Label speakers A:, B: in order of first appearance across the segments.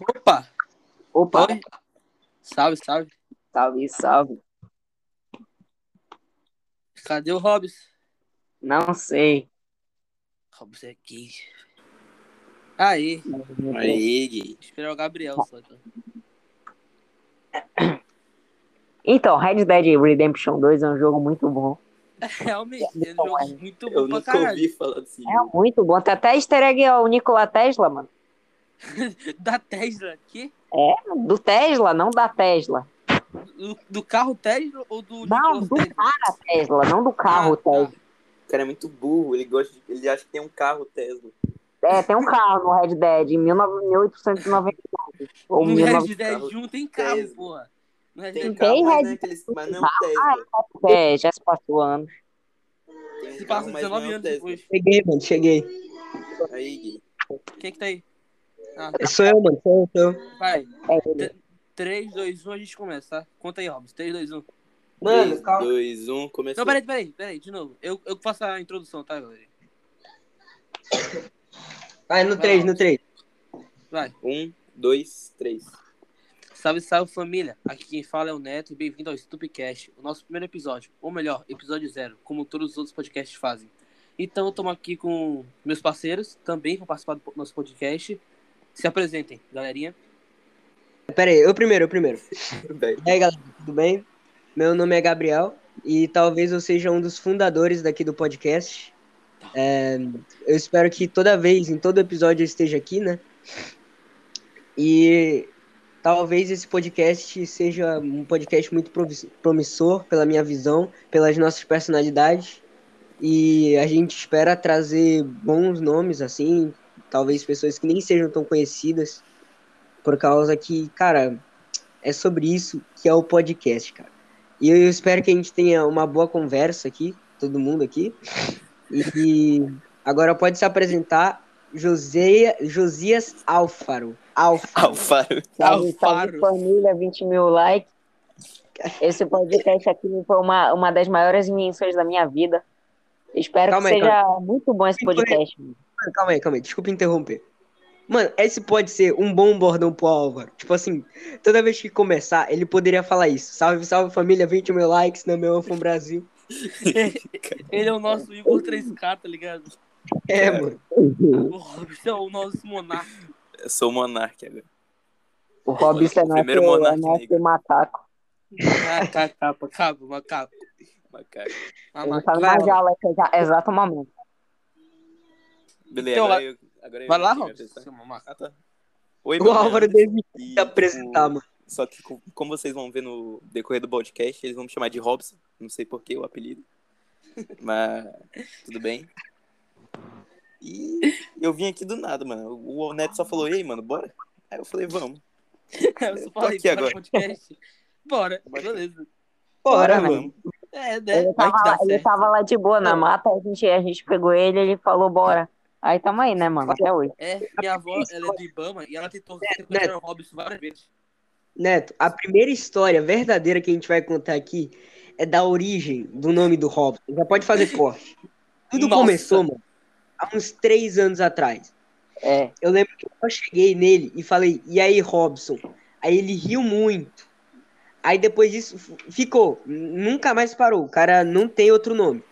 A: Opa!
B: Opa,
A: Oi! Salve, salve.
B: salve, salve.
A: Cadê o Robson?
B: Não sei.
A: Robson aqui. Aí,
C: Aí, Gui.
A: esperar o Gabriel só. então.
B: Então, Red Dead Redemption 2 é um jogo muito bom.
A: Realmente, é um jogo muito bom
C: Eu
A: pra
C: nunca
A: caralho.
C: ouvi falar assim, desse
B: É
C: jogo.
B: muito bom. Tem até easter egg ao Nikola Tesla, mano.
A: Da Tesla, que?
B: Do Tesla, não da Tesla.
A: Do, do carro Tesla ou do
B: Não,
A: Nicolas
B: do
A: Tesla?
B: cara Tesla, não do carro
A: Ah, tá.
B: Tesla.
C: O cara é muito burro, ele gosta de... Ele acha que tem um carro Tesla.
B: É, tem um carro no Red Dead, em 19- 1899. Ou
A: No
B: 19...
A: Red Dead 1 tem carro,
C: Tesla.
A: porra. No Red
C: Tem
A: Dead
C: carro, mas
B: Red
C: não é aquele... Mas não é um Tesla.
B: É, já se passou ano.
C: Tem um
A: se passa
C: carro, mas não
A: 19
C: é um
A: anos
C: Tesla.
A: depois.
D: Cheguei, mano, cheguei.
C: Aí, Gui.
A: Quem que tá aí? Ah,
D: Sou É eu, mano, sou eu, sou eu.
A: vai.
B: É, ele-
A: 3, 2, 1, a gente começa, tá? Conta aí, Robson. 3, 2, 1.
C: 3, 2, 1, começou.
A: Não, peraí, peraí, peraí, de novo. Eu, eu faço a introdução, tá, galera?
D: Vai, no três, no três.
A: Vai.
C: 1, 2, 3.
A: Salve, salve família! Aqui quem fala é o Neto e bem-vindo ao Stupcast, o nosso primeiro episódio, ou melhor, episódio zero, como todos os outros podcasts fazem. Então, estamos aqui com meus parceiros também para participar do po- nosso podcast. Se apresentem, galerinha.
D: Pera aí, eu primeiro, eu primeiro.
C: Bem,
D: E aí, galera, tudo bem? Meu nome é Gabriel e talvez eu seja um dos fundadores daqui do podcast. É, eu espero que toda vez, em todo episódio, eu esteja aqui, né? E talvez esse podcast seja um podcast muito provi- promissor pela minha visão, pelas nossas personalidades. E a gente espera trazer bons nomes, assim, talvez pessoas que nem sejam tão conhecidas, por causa que, cara, é sobre isso que é o podcast, cara. E eu espero que a gente tenha uma boa conversa aqui, todo mundo aqui. E agora pode se apresentar Joseia, Josias Alfaro. Alfaro.
C: Alfaro.
B: Salve, salve
A: Alfaro.
B: família, 20 mil likes. Esse podcast aqui foi uma, uma das maiores invenções da minha vida. Espero
D: Calma
B: que
D: aí,
B: seja muito bom esse podcast.
D: Calma aí, calma aí. Desculpa interromper. Mano, esse pode ser um bom bordão pro Álvaro. Tipo assim, toda vez que começar, ele poderia falar isso. Salve, salve família, 20 mil likes no meu Anfon Brasil.
A: Ele é o nosso Igor 3K, tá ligado?
D: É, mano.
A: O Robson é o nosso monarca.
C: Eu sou o Monark agora.
B: O Robson é
C: O primeiro
B: nosso, é
C: monarca
B: nosso
C: negro.
B: macaco.
A: Ah, ca- Capa, capa, uma capa.
C: Macaco.
A: Ah,
B: Ele
A: mas-
B: tá
A: vai,
B: na jaula aqui, já- exato momento.
C: Beleza,
A: Então,
C: agora eu... Agora eu
A: vai lá,
C: tenho que
A: Robson.
C: apresentar.
A: seu mamaca.
C: Ah, tá. Oi,
D: O
C: meu nome
D: Álvaro
C: é
D: desistiu
C: e,
D: de apresentar,
C: tipo,
D: mano.
C: Só que, co- como vocês vão ver no decorrer do podcast, eles vão me chamar de Robson. Não sei porquê o apelido. Mas tudo bem. E eu vim aqui do nada, mano. O Neto só falou, ei, mano, bora? Aí eu falei, vamos.
A: Eu só
C: Tô
A: falei,
C: aqui
A: bora
C: agora.
A: podcast. Bora, beleza.
D: Bora,
C: Bora,
D: mano.
C: vamos.
A: É, né?
B: Ele
A: Vai
B: tava,
A: que dá
B: lá-
A: certo.
B: ele
A: É.
B: tava lá de boa na mata, a gente, a gente pegou ele ele falou, bora. Aí tamo aí, né, mano? Até hoje.
A: É, minha avó, ela é do Ibama e ela tentou sequestrar o Robson várias vezes.
D: Neto, a primeira história verdadeira que a gente vai contar aqui é da origem do nome do Robson. Já pode fazer corte. Tudo
A: Nossa.
D: começou, mano, há uns três anos atrás.
B: É.
D: Eu lembro que eu cheguei nele e falei, e aí, Robson? Aí ele riu muito. Aí depois disso f- ficou, n- nunca mais parou. O cara não tem outro nome.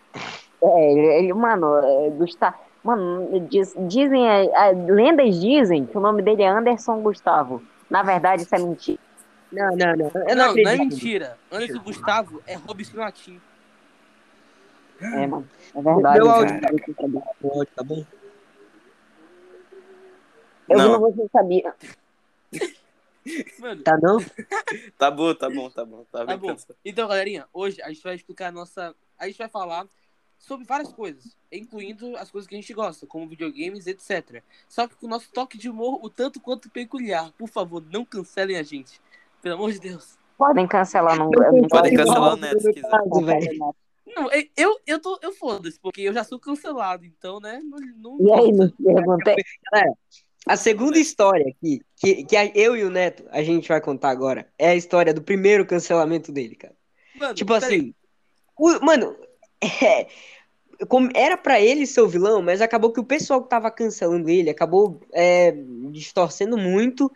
B: É, ele, ele- mano, é, Gustavo. Mano, diz- dizem, a- a- lendas dizem que o nome dele é Anderson Gustavo. Na verdade, isso é mentira.
D: Não, não, não.
A: não,
D: Eu não,
A: não é
D: acredito.
A: mentira. Anderson Gustavo é Robson Latim.
B: É, mano. É verdade.
D: Meu
B: cara.
D: Tá bom?
B: Eu
C: Não.
B: não você sabia.
A: Mano,
D: Tá não?
C: Tá bom, tá bom, tá bom.
A: tá
C: Tá, bem
A: bom. Então, galerinha, hoje a gente vai explicar a nossa. A gente vai falar sobre várias coisas, incluindo as coisas que a gente gosta, como videogames, etc. Só que com o nosso toque de humor, o tanto quanto peculiar. Por favor, não cancelem a gente. Pelo amor de Deus.
B: Podem cancelar, não. não
C: Podem cancelar né? o
B: não
C: Neto se quiser.
B: pode,
D: velho.
B: velho.
A: Não, eu, eu, eu tô. Eu foda-se, porque eu já sou cancelado, então, né? Não, não
B: E aí,
A: importa.
B: me perguntei.
D: A segunda história aqui, que, que a- eu e o Neto, a gente vai contar agora, é a história do primeiro cancelamento dele, cara.
A: Mano,
D: Tipo
A: peraí.
D: assim, o- mano, é, como- era pra ele ser o vilão, mas acabou que o pessoal que tava cancelando ele acabou é, distorcendo muito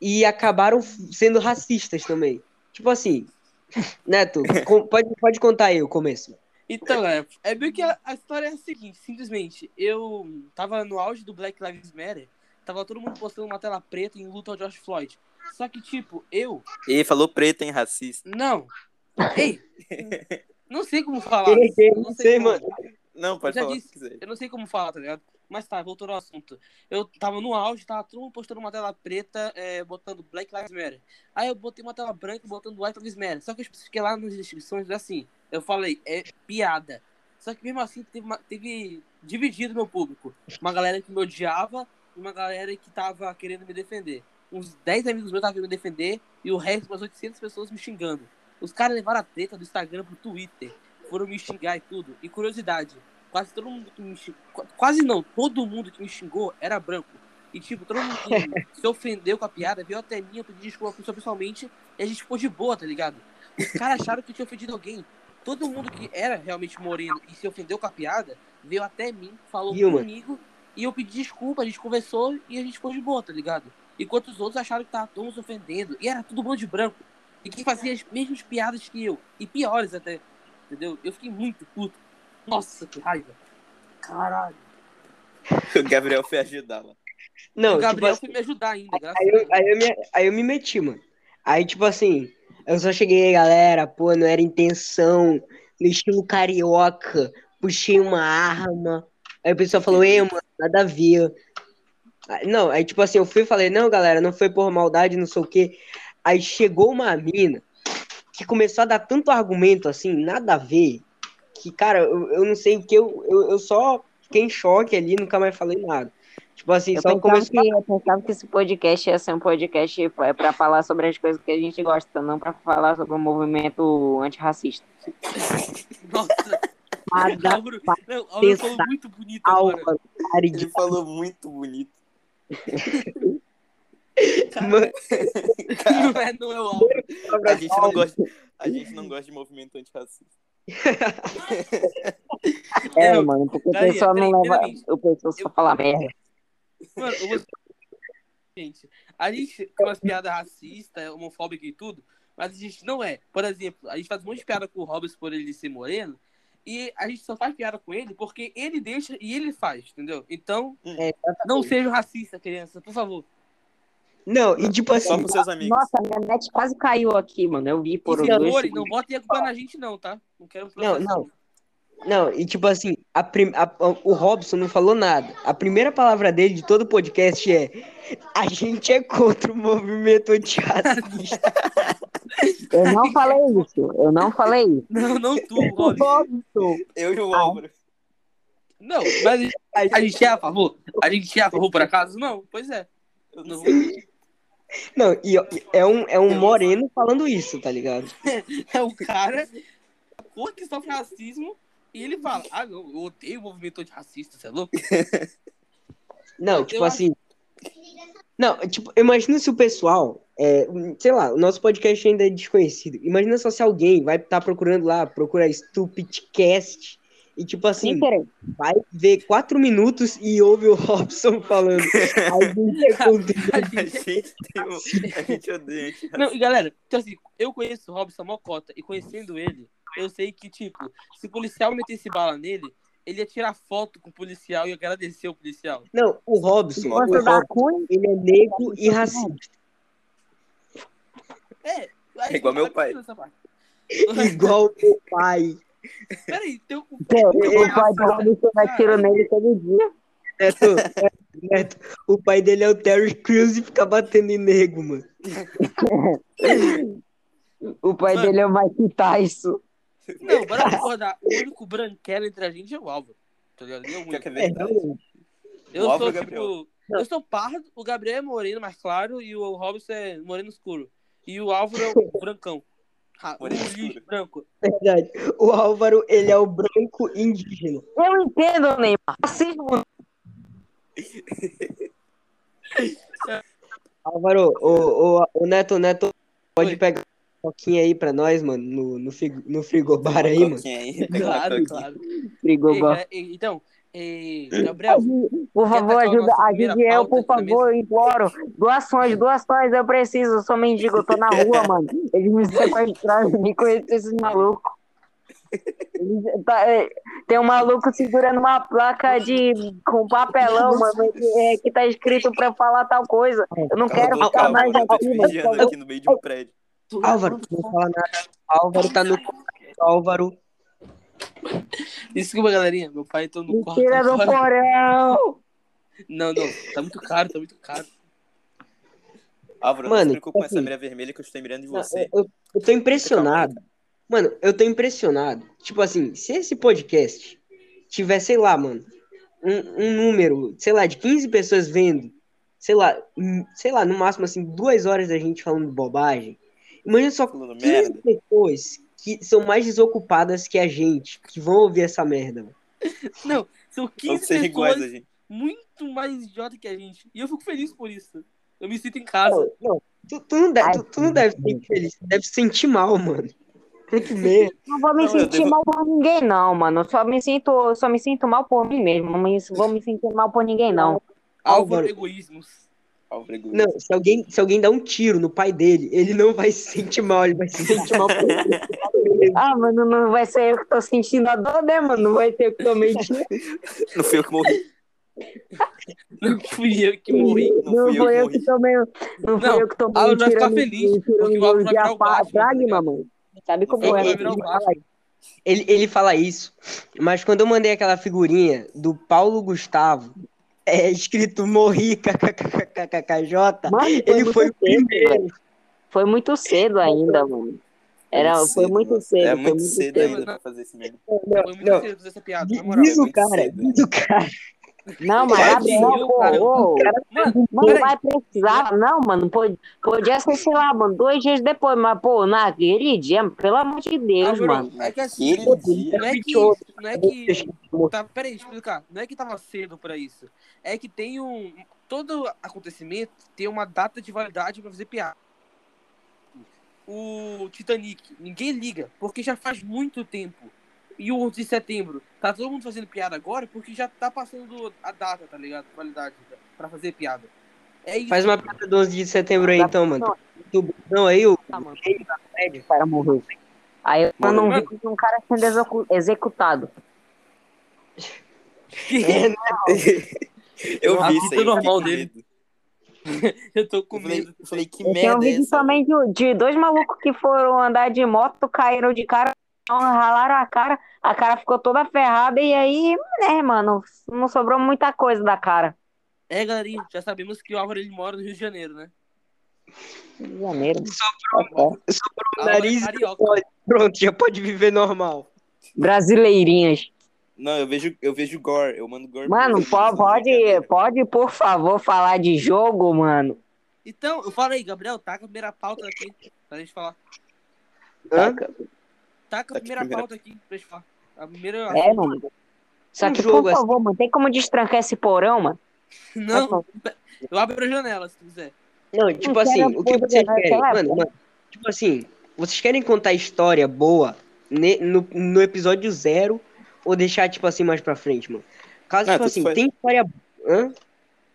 D: e acabaram sendo racistas também. Tipo assim, Neto, com- pode, pode contar aí o começo.
A: Então, galera, é meio que a, a história é a seguinte, simplesmente, eu tava no auge do Black Lives Matter, tava todo mundo postando uma tela preta em luta ao George Floyd. Só que, tipo, eu,
C: Ele falou preto, hein, racista.
A: não, ei, não sei como falar.
D: Ei,
A: Ah, não
D: sei,
A: como-
D: mano.
C: Não, pode
A: Já
C: falar
A: disse.
C: o que quiser.
A: Eu não sei como falar, tá ligado? Mas tá, voltando ao assunto. Eu tava no auge, tava todo mundo postando uma tela preta, é, botando Black Lives Matter. Aí eu botei uma tela branca botando White Lives Matter. Só que eu especifiquei lá nas descrições assim. Eu falei, é piada. Só que mesmo assim teve, uma- teve dividido meu público. Uma galera que me odiava e uma galera que tava querendo me defender. Uns 10 amigos meus estavam querendo me defender e o resto, umas 800 pessoas me xingando. Os caras levaram a treta do Instagram pro Twitter. Foram me xingar e tudo. E curiosidade, quase todo mundo que me xingou, quase não, todo mundo que me xingou era branco. E tipo, todo mundo que se ofendeu com a piada, veio até mim, eu pedi desculpa pro pessoal pessoalmente, e a gente ficou de boa, tá ligado? Os caras acharam que eu tinha ofendido alguém. Todo mundo que era realmente moreno e se ofendeu com a piada, veio até mim, falou
D: Vilma.
A: comigo, e eu pedi desculpa, a gente conversou e a gente ficou de boa, tá ligado? Enquanto os outros acharam que tava todos nos ofendendo, e era tudo bom de branco. E que fazia as mesmas piadas que eu, e piores até, entendeu? Eu fiquei muito puto. Nossa, que raiva. Caralho.
C: O Gabriel foi ajudá-la.
D: Não,
A: o Gabriel
D: tipo
A: foi me ajudar ainda, graças
D: Aí
A: a
D: eu,
A: Deus.
D: aí, eu me, aí eu me meti, mano. Aí, tipo assim, eu só cheguei aí, galera, pô, não era intenção, no estilo carioca, puxei uma arma. Aí o pessoal falou, ei, mano, nada a ver. Aí, não, aí, tipo assim, eu fui e falei, não, galera, não foi por maldade, não sei o quê. Aí chegou uma mina que começou a dar tanto argumento, assim, nada a ver, que, cara, eu, eu não sei o que, eu, eu, eu só fiquei em choque ali, nunca mais falei nada. Tipo assim,
B: Eu
D: só
B: pensava,
D: começou
B: que, eu pensava que esse podcast ia ser um podcast é pra falar sobre as coisas que a gente gosta, não pra falar sobre o movimento antirracista.
A: Nossa,
B: Mas
A: o
B: dá
A: Álvaro, não, o Álvaro falou
B: pensar.
A: muito bonito agora.
B: aula, pare de
C: Ele falou muito bonito.
D: Mano,
A: Não é, não é o Álvaro.
C: A gente não gosta, a gente não gosta de movimento antirracista.
B: É,
A: Eu-
B: mano, porque o
A: Daí,
B: pessoal não leva.
A: primeiramente,
B: O pessoal só
A: eu-
B: fala merda.
A: Mano, eu vou... Gente, a gente tem umas piadas racistas, homofóbicas e tudo, mas a gente não é. Por exemplo, a gente faz um monte de piada com o Robson por ele ser moreno, e a gente só faz piada com ele porque ele deixa e ele faz, entendeu? Então,
D: É,
A: não seja racista, criança, por favor.
D: Não, e tipo
C: Só
D: assim,
C: pros seus amigos.
B: Nossa, minha net quase caiu aqui, mano. Eu vi por
A: Por
B: um
A: favor,
B: dois.
A: não botem a culpa na gente não, tá? Não quero um processo.
D: não. não, e tipo assim, a prim- a- o Robson não falou nada. A primeira palavra dele de todo o podcast é: a gente é contra o movimento antirracista.
B: Eu não falei isso. Eu não falei isso.
A: Não, não tu,
B: O
A: Robson.
B: Robson.
C: Eu e o Álvaro.
A: Não, mas a gente é a favor? A gente é a favor por acaso? Não, pois é.
C: Eu
A: Não
C: não
A: vou-
D: Não, e ó, é um, é um moreno falando isso, tá ligado?
A: É o cara a cor que sofre racismo e ele fala: Ah, não, eu odeio o movimento antirracista, você é louco?
D: Não,
A: Eu
D: tipo
A: acho-
D: assim. Não, tipo, imagina se o pessoal, é, hum, sei lá, o nosso podcast ainda é desconhecido. Imagina só se alguém vai estar procurando lá, procura Stupidcast, e tipo assim.
B: Sem querer.
D: vai ver quatro minutos e ouve o Robson falando. A gente é contra-
A: A
C: A
A: gente-
C: gente, tem um- a gente odeia antirracista.
A: Não, e galera, então assim, eu conheço o Robson Mocota e conhecendo ele, eu sei que, tipo, se o policial metesse bala nele, ele ia tirar foto com o policial e agradecer o policial.
D: Não, o Robson, o
B: Você dá
D: Robson,
B: ruim?
D: ele é negro e racista.
A: Aí,
C: É igual meu
A: tá
C: pai.
A: essa parte.
D: Igual meu pai.
A: Peraí, então.
B: Meu,
A: Eu
B: O pai do
A: acho-
B: Robson dá tiro nele todo dia.
D: Neto, Neto, o pai dele é o Terry Crews e fica batendo em nego, mano.
B: O pai
A: Mano.
B: dele é o Mike Tyson.
A: Não, bora concordar. O único branquelo entre a gente é o Álvaro. Tá ligado? Ele é o
C: Pior
A: único.
C: que é verdade.
A: Eu
C: O
A: sou,
C: Álvaro
A: tipo,
C: Gabriel.
A: eu sou pardo, o Gabriel é moreno mais claro e o Robson é moreno escuro. E o Álvaro é o brancão. Ah, o
C: Moreno
A: lixo
C: escuro.
A: branco.
D: Verdade. O Álvaro, ele é o branco indígena.
B: Eu entendo, Neymar. Racismo.
D: Álvaro, o, o, o Neto, o Neto, pode
A: Oi.
D: pegar uma coquinha aí pra nós, mano, no, no, frig- no frigobar aí, mano.
C: Coquinha aí, pega uma
A: Claro,
C: coquinha.
A: claro.
B: Frigobal.
A: E- e- então, Ei, Gabriel,
B: Por
A: Quer
B: favor,
A: tacar a
B: ajuda,
A: nossa primeira
B: ajude
A: pauta
B: eu, por
A: aqui na
B: favor, eu imploro. Doações, doações, eu preciso. Eu sou mendigo, eu tô na rua, mano. Eles me sequestraram, me conheço esses malucos. Eles- tá, é, tem um maluco segurando uma placa de com um papelão, mano, que, é, que tá escrito pra eu falar tal coisa. Eu não
C: Cala a
B: quero
C: boca,
B: ficar mais
C: Álvaro, eu tô te
B: aqui, mano.
C: vigiando aqui no meio de um prédio.
D: Álvaro, não fala nada. Álvaro tá no Álvaro.
A: desculpa, galerinha. Meu pai tá no
B: Me
A: quarto.
B: tira do
A: agora.
B: porão!
A: Não, não. Tá muito caro, tá muito caro.
C: Álvaro, não
D: Mano,
C: se preocupa com
D: assim,
C: essa mira vermelha que eu estou mirando em
D: Não,
C: você.
D: Eu, eu tô impressionado. Mano, eu tô impressionado. Tipo assim, se esse podcast tiver, sei lá, mano, um, um número, sei lá, de 15 pessoas vendo, sei lá, hum, sei lá, no máximo assim, duas horas da gente falando bobagem. Imagina só
C: Falando
D: 15
C: merda.
D: pessoas que são mais desocupadas que a gente, que vão ouvir essa merda. mano.
A: Não, são
C: Vão
A: 15
C: ser
A: pessoas
C: iguais a gente.
A: muito mais idiota que a gente. E eu fico feliz por isso. Eu me sinto em casa.
D: Não, não, tu, tu não deve,
B: Ai,
D: tu, tu não deve ser feliz, tu deve se sentir mal, mano. Que merda.
B: Não vou me
C: Não, eu
B: sentir
C: devo-
B: mal por ninguém, não, mano. Eu Só me sinto, eu só me sinto mal por mim mesmo. Não me- vou me sentir mal por ninguém, não.
A: Álvaro
D: Álvaro.
A: Egoísmos.
C: Álvaro, é Egoísta.
D: Não, se alguém, se alguém dá um tiro no pai dele, ele não vai se sentir mal, ele vai se sentir mal. por ele.
B: Ah, mano, não vai ser eu que tô sentindo a dor, né, mano? Não vai ser eu que tô mentindo.
C: Não fui eu que morri.
A: Não fui eu que morri.
C: Não fui
B: foi
C: eu que
B: eu que
C: morri.
B: tomei. Não
A: Não,
B: foi eu que tomei.
A: Álvaro vai
B: um tiro
A: ficar
B: no-
A: feliz,
B: um tiro
A: porque o
B: no
A: Álvaro vai
B: dia
A: virar o
B: pra-
A: Batman, tá
B: Pragma,
A: ligado?
B: mano. Sabe como
C: Ele
B: é?
C: vai
A: virar o
B: Ele
A: Batman.
B: fala,
D: Ele, ele fala isso, mas quando eu mandei aquela figurinha do Paulo Gustavo, é escrito morri kkkkkkj,
B: Mano,
D: ele foi o
B: muito cedo,
D: primeiro.
B: velho. Foi muito cedo ainda, mano. Era,
C: Muito
B: foi
C: cedo,
B: muito
C: mano.
B: cedo.
C: É
B: foi
C: muito
A: cedo.
C: cedo ainda pra fazer esse meme.
D: Não,
A: Foi muito
D: não.
A: cedo fazer essa piada, na moral.
D: Diz o
C: muito
D: cara,
C: cedo,
D: diz o cara.
B: Não, mas
C: Cara,
B: abre não,
A: eu,
B: pô.
A: cara, um eu-
B: ô.
A: Mano,
B: Não
A: peraí.
B: vai
A: um
B: precisar, não, mano. Pod- Podia ser, sei lá, mano, dois dias depois, mas, pô, naquele dia, pelo amor de Deus,
A: Álvaro,
B: mano.
A: é que assim,
C: Aquele dia.
A: não é que. Não é que tá, peraí, deixa eu explicar. Não é que tava cedo pra isso. É que tem um. Todo acontecimento tem uma data de validade pra fazer piada. O Titanic, ninguém liga, porque já faz muito tempo. E o 11 de setembro, tá todo mundo fazendo piada agora porque já tá passando a data, tá ligado? Validade pra fazer piada. É isso.
D: Faz uma piada do 11 de setembro aí então, mano. Tu- Não, aí o
B: Ah, mano, o cara morreu. Aí eu
C: Morreu.
B: mando um vídeo de um cara sendo execu- executado.
D: é,
C: Eu
A: A
C: vi
A: vida
C: isso aí. eu
A: normal
C: fiquei com
A: dele.
C: medo.
A: Eu tô com
C: Eu falei,
A: medo.
C: eu falei, que
B: Tem um
C: merda é
B: vídeo
C: essa?
B: também de, de dois malucos que foram andar de moto, caíram de cara, ralaram a cara, a cara ficou toda ferrada e aí, né, mano, não sobrou muita coisa da cara.
A: É, galerinha, já sabemos que o Álvaro ele mora no Rio de Janeiro, né?
B: Rio de Janeiro.
C: Tá
B: Tá
A: O Álvaro é
D: nariz-
A: carioca.
D: pronto, já pode viver normal.
B: Brasileirinhas.
C: Não, eu vejo, eu vejo gore. Eu mando gore.
B: Mano,
C: pros
B: po-
C: amigos do Rio de
B: pode,
C: Janeiro.
B: pode, por favor, falar de jogo, mano.
A: Então, eu falo aí, Gabriel, taca a primeira pauta aqui pra gente falar.
D: Hã?
A: Taca
C: Taca
A: a
C: a
A: primeira
C: primeira.
A: pauta aqui pra gente falar. A primeira.
B: É, mano. Só
D: Um
B: que,
D: jogo
B: por favor, mano, tem como destrancar esse porão, mano?
D: É, tá
A: Não, eu abro a janela se tu quiser.
D: Não,
B: quero
D: tipo
B: né?
D: assim,
B: a
D: o que
B: porra
D: vocês
B: da-
D: querem?
B: daquela
D: Mano, mano, tipo assim, vocês querem contar história boa ne- no, no episódio zero ou deixar, tipo assim, mais pra frente, mano? Caso,
C: Não,
D: tipo
C: Ah, tudo
D: assim,
C: foi.
D: tem história. Hã?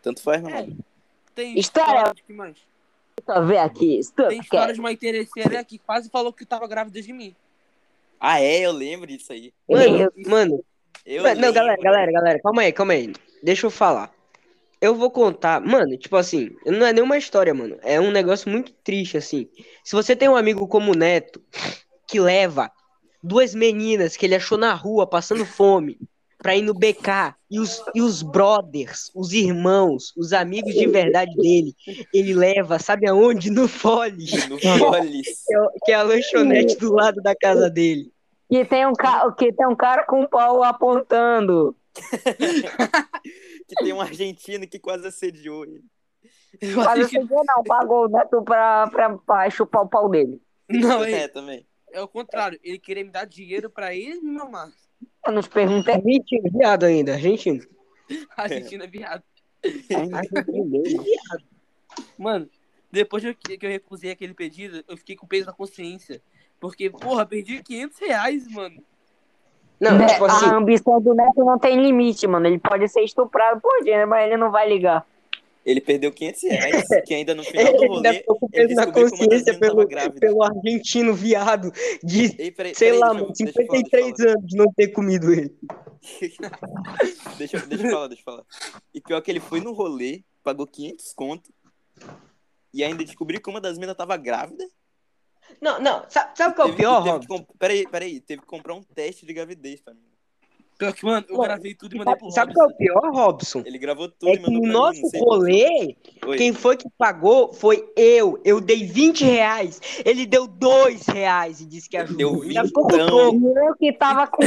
C: Tanto faz, não.
A: É. Tem
B: História.
A: de que mais?
B: Deixa eu ver aqui. Estou-
A: Tem história de uma interesseira que quase falou que tava grávida de mim.
C: Ah, é? Eu lembro disso aí.
D: Mano,
B: Eu-
D: mano.
C: Eu
D: mano,
C: lembro.
D: não, galera, galera, galera, calma aí, calma aí. Deixa eu falar. Eu vou contar, mano, tipo assim, não é nenhuma história, mano. É um negócio muito triste, assim. Se você tem um amigo como o Neto, que leva duas meninas que ele achou na rua passando fome pra ir no BK, e os, e os brothers, os irmãos, os amigos de verdade dele, ele leva, sabe aonde? No Fole,
C: No Foles.
D: que é, o- que é a lanchonete do lado da casa dele.
B: Que tem um cara, que tem um cara com um pau apontando.
C: que tem um argentino que quase assediou ele.
A: Eu
B: Mas
A: acho
B: você
A: assim que...
B: vê, não, pagou o neto pra, pra, pra chupar o pau dele.
A: Não, é,
D: né?
C: é, também.
A: é o contrário. Ele queria me dar dinheiro pra ele me mamar.
B: Eu não te perguntei.
D: Argentino, É viado ainda, argentino.
A: A Argentina é viado.
B: Não,
A: Mano, depois que eu, que eu recusei aquele pedido, eu fiquei com peso na consciência. Porque, porra, perdi 500 reais, mano.
D: Não,
B: Né,
D: tipo assim,
B: A ambição do Neto não tem limite, mano. Ele pode ser estuprado por dinheiro, mas ele não vai ligar.
C: Ele perdeu 500 reais, que ainda no final do
D: ainda
C: rolê...
D: ficou com peso na
C: descobriu que uma das
D: consciência
C: meninas tava
D: pelo,
C: grávida.
D: pelo argentino viado de,
C: Ei, peraí, peraí,
D: sei lá,
C: deixa eu-
D: mano,
C: deixa eu falar, deixa eu
D: 53
C: falar.
D: anos de não ter comido ele.
C: Deixa, eu- deixa eu falar, deixa eu falar. E pior que ele foi no rolê, pagou 500 conto, e ainda descobriu que uma das meninas tava grávida.
D: Não, não, sabe, sabe qual é o
C: Teve-
D: pior,
C: teve
D: Rob?
C: que comp- Peraí, peraí, teve que comprar um teste de gravidez pra mim.
A: Pior que, mano, eu
D: Mano,
A: gravei tudo e mandei pro
D: Sabe, sabe
A: Robson.
D: qual é o pior, Robson?
C: Ele gravou tudo
D: É
C: e
D: que
C: mandou
D: no
C: pra mim.
D: nosso
C: não sei como.
D: rolê,
C: Oi.
D: quem foi que pagou foi eu. Eu dei 20 reais. Ele deu 2 reais e disse que
C: Ele
D: ajudou.
C: deu
D: Ainda ficou com
C: vintão.
D: pouco,
B: E eu que tava com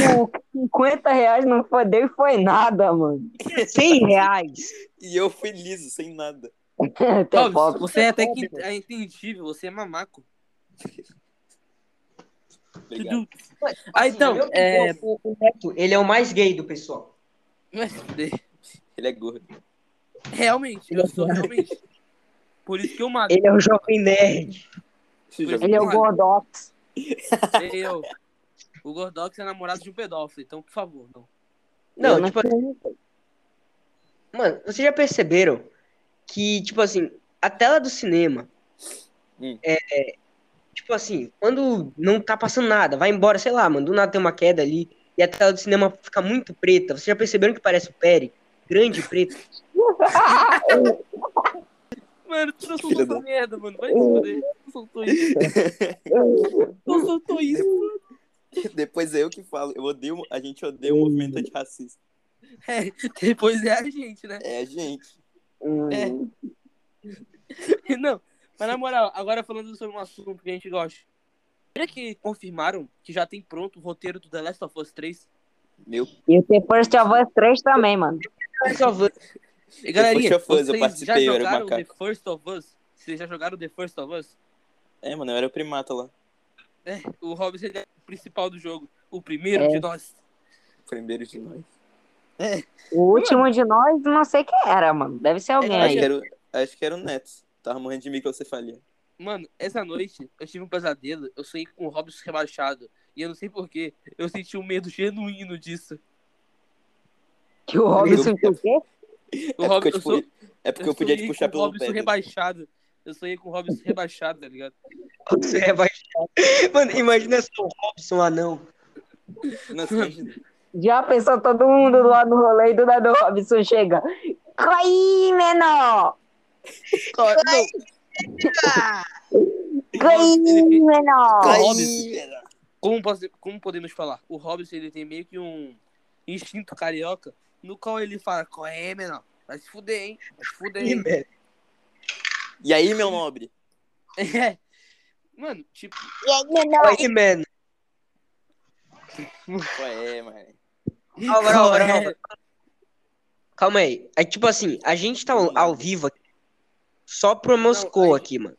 B: 50 reais, não foi, deu e foi nada, mano.
D: 100 reais.
C: E eu fui liso, sem nada.
B: Até
A: Robson,
B: pobre.
A: você é até que é entendível, você é mamaco.
C: Obrigado.
A: Ah, então,
D: Assim, eu-
A: é...
D: o- o Neto, ele é o mais gay do pessoal.
A: mas,
C: Ele é gordo.
A: Realmente, eu sou realmente. Por isso que eu mato.
D: Ele é o jovem nerd.
B: Ele é o Gordox.
A: Eu. O Gordox é namorado de um pedófilo, então, por favor, não.
D: Não,
B: Eu
D: tipo,
B: sei.
D: mano, vocês já perceberam que, tipo assim, a tela do cinema
C: Hum.
D: é, é, tipo assim, quando não tá passando nada, vai embora, sei lá, mano, do nada tem uma queda ali e a tela do cinema fica muito preta. Vocês já perceberam que parece o Perry? Grande e preto.
A: Mano, tu não soltou
C: Filha da-
A: essa merda, mano. Vai se fuder. Tu não soltou isso. Tu não
C: É
A: soltou isso, mano.
C: Depois é eu que falo. Eu odeio, a gente odeia o movimento antirracista.
A: É, depois é a gente, né?
C: É, gente.
D: É.
B: Hum.
A: Não, mas na moral, agora falando sobre um assunto que a gente gosta. Será que confirmaram que já tem pronto o roteiro do The Last of Us 3?
C: Meu
B: E o The First of Us 3 também, mano.
A: E galerinha,
C: The First of Us, eu
A: vocês já
C: participei, eu era
A: jogaram The
C: macaco.
A: First of Us? Vocês já jogaram The First of Us?
C: É, mano, eu era o primata lá.
A: É, o Hobbs ele é o principal do jogo. O primeiro
B: É.
A: de nós.
C: Primeiro de nós.
B: O último de nós, não sei quem era, mano. Deve ser alguém
A: É,
C: Acho que
B: aí.
C: era, o- acho que era o Neto. Tava morrendo de microcefalia.
A: Mano, essa noite eu tive um pesadelo. Eu sonhei com o Hobbs rebaixado. E eu não sei porquê. Eu senti um medo genuíno disso.
B: Que o Robson tinha o quê?
A: O Hobbs-
C: é, porque,
A: eu
C: eu,
A: sou-
C: tipo, é porque eu, podia te
A: sonhei
C: puxar
A: com
C: pelo
A: o Robson
C: pé. né?
A: rebaixado. Eu sonhei com o Robson rebaixado, tá ligado?
D: Você é baixado. Mano, imagina só o Robson anão.
C: Não, você imagina.
B: Já pensou todo mundo lá no rolê e do nada o Robson chega. Coi, menor! Coi,
A: Ele-
B: menor!
A: Ai,
C: Ai,
A: Como, posso- como podemos falar? O Robson ele tem meio que um instinto carioca no qual ele fala: Corre, menor. Vai se fuder, hein? Vai se fuder, hein?
C: E aí, meu nobre?
A: É. Mano, tipo,
D: Aí, man.
C: Qual é, mano?
D: Calma, calma,
A: Qual é?
D: calma. Calma aí. É tipo assim, a gente tá ao vivo aqui. Só pro Moscou
A: Não, aí-
D: aqui, mano.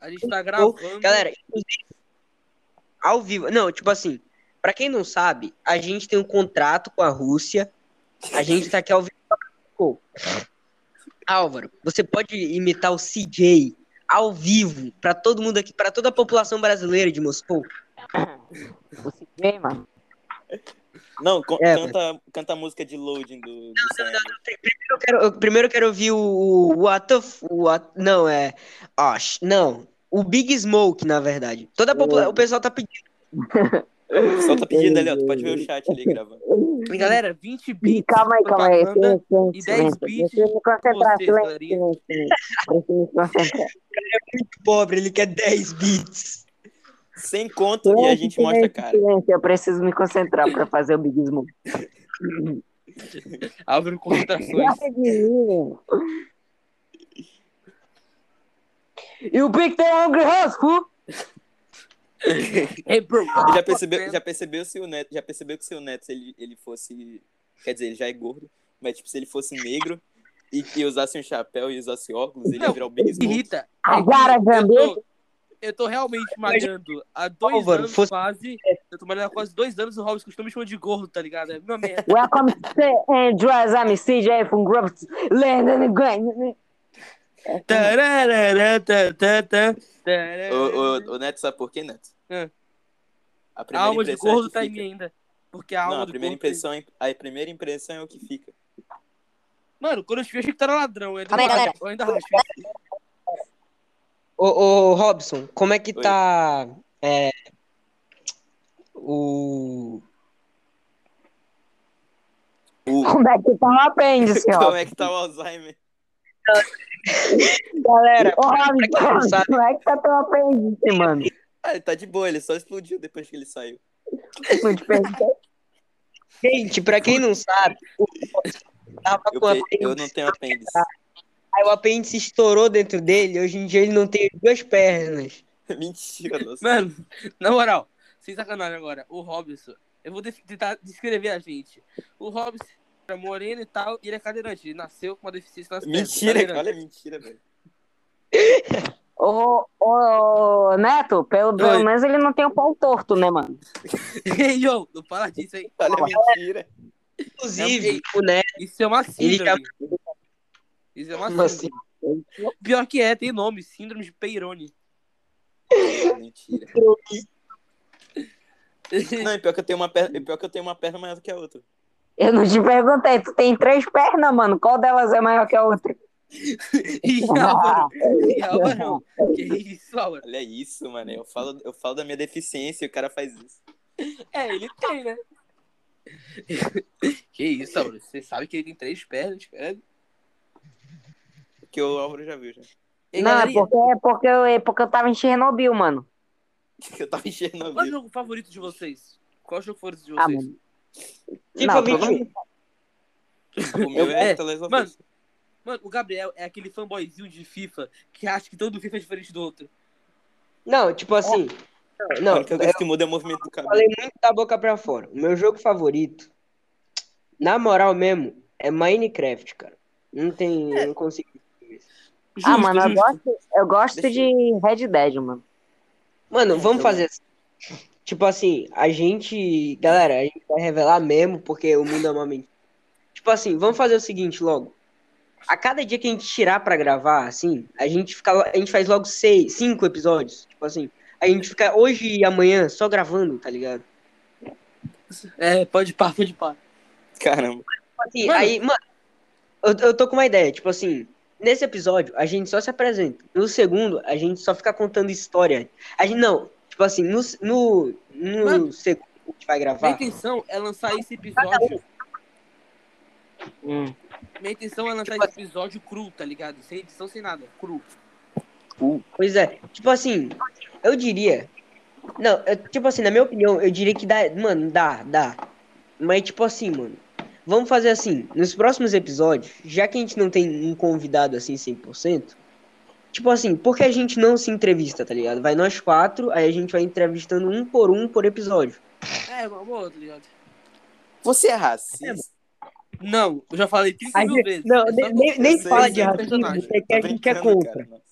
A: a gente tá gravando.
D: Galera, inclusive, ao vivo. Não, tipo assim, pra quem não sabe, a gente tem um contrato com a Rússia. A gente tá aqui ao vivo pra Moscou. Álvaro, você pode imitar o CJ ao vivo pra todo mundo aqui, pra toda a população brasileira de Moscou?
B: Vem, mano.
C: Não, con-
D: É,
C: canta, canta a música de loading do, do Senhor.
D: Eu quero- eu- primeiro eu quero ouvir o, o What the f- o what, Não, é. Ah, sh- não. O Big Smoke, na verdade. Toda a popula- O pessoal tá pedindo.
C: O pessoal tá pedindo ali, ó. Tu pode ver o chat ali gravando.
A: galera 20
B: Ih,
A: bits.
B: Calma aí, calma aí.
A: propaganda. e
B: Silêncio, silêncio,
A: 10
B: silêncio.
A: bits
B: Preciso me concentrar,
A: vocês,
B: silêncio,
A: galerinha.
B: silêncio, silêncio. Preciso me concentrar.
D: Pobre, ele quer 10 bits.
C: Sem conto e a gente mostra a cara.
B: Silêncio, eu preciso me concentrar pra fazer o Big Smoke.
A: Álvaro Concentrações.
B: Guarda de mim, meu. E o Big Ten Hungry House, fu?
A: hey, bro.
C: E Já percebeu, já percebeu se o Neto, já percebeu que se o Neto se ele, ele fosse, quer dizer, ele já é gordo, mas tipo se ele fosse negro e, e usasse um chapéu e usasse óculos, ele ia
A: Não,
C: virar o Big
A: Me
C: Smoke.
A: irrita. É
B: Agora,
A: eu,
B: Gambê.
A: tô, eu tô realmente malhando há dois
D: Álvaro,
A: anos
D: fosse-
A: quase. Eu tô malhando há quase dois anos e o Robson costuma me chamar de gordo, tá ligado? É uma merda.
B: Welcome to Andrews, I'm CJ from Grubbs. Landon Grant.
A: Tararara, tá, tá, tá.
C: O, o, o Neto sabe por quê, Neto?
A: É.
C: A
A: A
C: primeira
A: alma de
C: impressão é
A: gordo
C: que
A: tá em
C: fica.
A: mim ainda. Porque a alma tá
C: Não, a
A: do
C: primeira
A: corpo-
C: impressão, é- a primeira impressão é o que fica.
A: Mano, quando eu te vi, eu achei que tu era ladrão. Eu ainda,
B: Calma aí,
A: racho-
B: galera.
A: eu ainda racho.
D: Ô, ô, Robson, como é que
C: Oi.
D: tá é, o...
C: O...
B: Como é que tá o apêndice, ó?
C: Como é que tá o Alzheimer?
D: Galera,
B: Ô,
D: quem não
B: Robson,
D: sabe-
B: como é que tá teu apêndice, mano?
C: Ah, ele tá de boa, ele só explodiu depois que ele saiu.
B: Não te perguntei.
D: gente, pra quem não sabe, o Robson tava
C: Eu,
D: Tá com
C: pe-
D: apêndice,
C: eu não tenho apêndice.
D: aí o apêndice estourou dentro dele, hoje em dia ele não tem duas pernas.
C: Mentira, nossa.
A: Mano, na moral, sem sacanagem agora, o Robson, eu vou def- tentar descrever a gente. O Robson era moreno e tal, e ele é cadeirante. Ele nasceu com uma deficiência nas pernas. tá
C: Mentira,
A: cadeirante.
C: olha a mentira, velho.
B: Ô, ô, Neto, pelo,
A: Oi.
B: pelo menos ele não tem o pau torto, né, mano?
A: Ei, yo, não fala disso, hein?
C: Olha a mentira.
D: Inclusive, o Neto,
A: Isso é uma síndrome. Isso é uma
D: Uma
A: síndrome.
B: assim?
A: Pior que é, tem nome, síndrome de Peirone.
C: Mentira. Não, e pior que eu tenho uma perna, e pior que eu tenho uma perna maior do que a outra.
B: Eu não te perguntei, tu tem três pernas, mano. Qual delas é maior que a outra? Ah,
A: E Álvaro, e Álvaro, que isso, Álvaro?
C: Olha isso, mano. Eu falo, eu falo da minha deficiência e o cara faz isso.
A: É, ele tem, né? que isso, Álvaro, você sabe que ele tem três pernas, cara.
C: Que o Álvaro já viu já.
A: Ei,
B: não, é
A: galerinha,
B: porque, é, porque eu, é porque eu tava em Chernobyl, mano.
C: Eu tava enchendo a
A: Qual é o
C: vida.
A: jogo favorito de vocês? Qual é o jogo favorito de
B: Ah,
A: vocês?
B: mano.
D: fica
B: todo
D: mentindo.
C: O meu é,
A: É,
C: The Last of
A: mano.
C: Us.
A: Mano, o Gabriel é aquele fanboyzinho de FIFA que acha que todo FIFA é diferente do outro.
D: Não, tipo assim,
C: A
D: não,
C: única
D: eu
C: coisa que muda é o movimento do cabelo.
D: falei muito da boca pra fora. O meu jogo favorito, na moral mesmo, é Minecraft, cara. Não tem, não consigo.
B: Ah,
A: Justo,
B: mano, eu
A: justo.
B: gosto, eu gosto
C: Deixa
B: de Red Dead, mano.
D: Mano, vamos
C: eu-
D: fazer assim. Tipo assim, a gente. Galera, a gente vai revelar mesmo, porque o mundo é uma mentira. Tipo assim, vamos fazer o seguinte logo. A cada dia que a gente tirar pra gravar, assim, a gente fica. A gente faz logo seis, cinco episódios. Tipo assim, a gente fica hoje e amanhã só gravando, tá ligado?
A: É, pode par, pode par.
C: Caramba.
D: Tipo assim,
A: Mano.
D: aí, mano, eu, eu tô com uma ideia, tipo assim. Nesse episódio, a gente só se apresenta. No segundo, a gente só fica contando história. A gente, não, tipo assim, no, no, no
A: Mano.
D: segundo que a gente vai
A: Minha
D: gravar.
A: intenção é lançar esse episódio.
B: Hum.
A: Minha intenção é lançar esse episódio cru, tá ligado? Sem edição, sem nada. Cru.
D: Pois é, tipo assim, eu diria. Não, eu- tipo assim, na minha opinião, eu diria que dá. Mano, dá, dá. Mas, tipo assim, mano. Vamos fazer assim, nos próximos episódios, já que a gente não tem um convidado assim 100%, tipo assim, por que a gente não se entrevista, tá ligado? Vai nós quatro, aí a gente vai entrevistando um por um por episódio.
A: É, uma boa, tá ligado?
C: Você é racista?
A: Não, eu já falei 30
D: A
A: mil
D: gente-
A: vezes.
D: não,
A: É só
D: nem- nem-
A: você
D: nem
A: ser
C: fala de
A: esse
D: racismo,
A: personagem.
D: você quer-
C: Tô
D: a gente é
C: brincando,
D: contra.
C: cara. Nossa,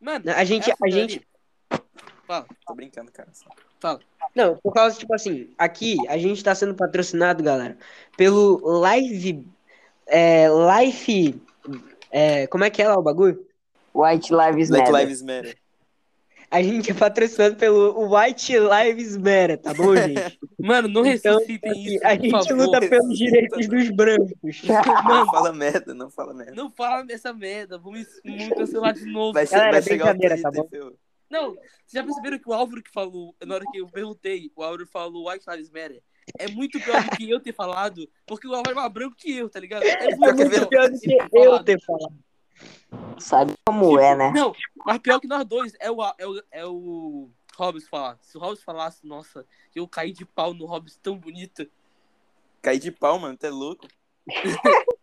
A: Mano,
D: A gente,
A: essa
D: a gente,
C: Tô brincando, cara.
D: Não, por causa, tipo assim, aqui a gente tá sendo patrocinado, galera, pelo Live. É, Life. É, como é que é lá o bagulho?
B: White Lives
C: Black
B: Matter.
C: Lives Matter.
D: A gente é patrocinado pelo White Lives Matter, tá bom, gente?
A: Mano, não
D: Então,
A: ressuscitem isso,
D: a
A: por
D: gente tá-
A: favor.
D: luta pelos direitos dos brancos.
C: Não fala merda, não fala merda.
A: Não fala dessa merda, vou me, vou me cancelar de novo.
C: Vai, che-
D: Galera,
C: vai chegar o
D: brincadeira, tá
C: Twitter, viu?
A: Não, vocês já perceberam que o Álvaro que falou, na hora que eu perguntei, o Álvaro falou White Lives Matter. É muito pior do que eu ter falado, porque o Álvaro é mais branco que eu, tá ligado? É
D: É
A: muito,
D: muito
A: pior.
D: pior do que eu ter falado.
B: Sabe como é, né?
A: Não, mas pior que nós dois é o, é o, é o Hobbs falar. Se o Hobbs falasse, nossa, eu caí de pau no Hobbs tão bonito.
C: Caí de pau, mano, tu é louco.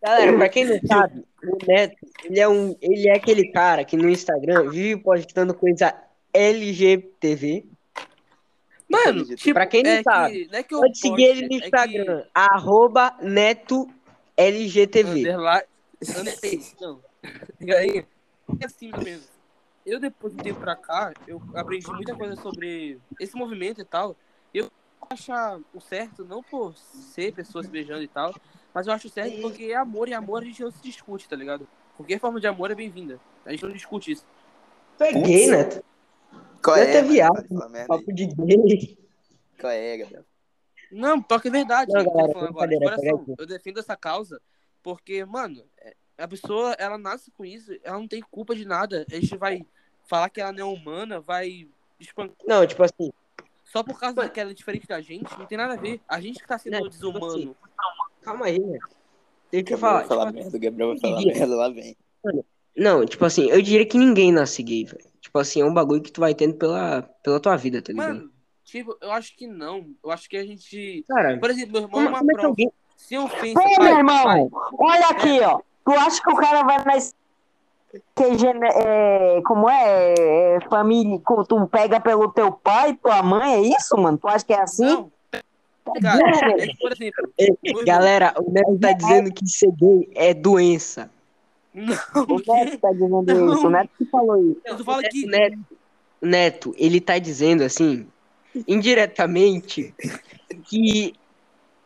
D: Galera, pra quem não sabe, o Neto, ele é, um, ele é aquele cara que no Instagram vive postando coisa LGTV.
A: Mano, tipo,
D: Pra quem não
A: é que-
D: sabe,
A: não é que eu
D: Pode seguir
A: gosto,
D: ele no
A: é que-
D: Instagram, arroba neto LGTV.
A: Underline. Underline, não. E aí, é assim mesmo. Eu, depois de um tempo pra cá, eu aprendi muita coisa sobre esse movimento e tal. Eu acho o certo, não por ser pessoas se beijando e tal, mas eu acho certo porque é amor e amor a gente não se discute, tá ligado? Qualquer forma de amor é bem-vinda. A gente não discute isso.
D: Tu é gay, Neto?
C: Qual
D: Eu até um
C: mano?
D: viado.
C: Para de falar merda aí.
D: Papo de gay.
C: Qual é, Gabriel?
A: Não, pior que é verdade.
D: Não,
A: eu tô
D: galera,
A: falando agora, de
D: brincadeira,
A: coração,
D: pega
A: eu defendo essa causa porque, mano, é- a pessoa, ela nasce com isso, ela não tem culpa de nada. A gente vai falar que ela não é humana, vai espancar.
D: Não, tipo assim,
A: Só por causa
D: Mano.
A: daquela diferente da gente, não tem nada a ver. A gente que tá sendo
D: Não, tipo
A: desumano.
D: calma aí, né? Tem que
C: Gabriel
D: falar.
C: vai falar
D: tipo,
C: merda, o Gabriel vai
D: eu
C: falar
D: diria-
C: merda, lá vem.
D: Não, tipo assim, eu diria que ninguém nasce gay, velho. Tipo assim, é um bagulho que tu vai tendo pela, pela tua vida, tá ligado?
A: Mano, tipo, eu acho que não. Eu acho que a gente.
D: Cara,
A: Por exemplo, meu irmão é
D: como,
A: uma
D: como é que
A: prova.
D: alguém.
A: Sem ofensa,
B: Ei,
A: pai,
B: meu irmão,
A: pai.
B: olha aqui, ó. Tu acha que o cara vai nas. Que gene- é, como é? É, Família, co- tu pega pelo teu pai, tua mãe, é isso, mano? Tu acha que é assim?
A: Não, cara, é que, por exemplo, meu irmão-
D: Tá Galera, o Neto tá dizendo que ser gay é doença.
A: Não,
B: O
A: o quê?
B: Neto tá dizendo
A: Não.
B: isso, o Neto que falou isso.
A: Eu tô falando que.
D: O Neto, o Neto, ele tá dizendo assim, indiretamente, que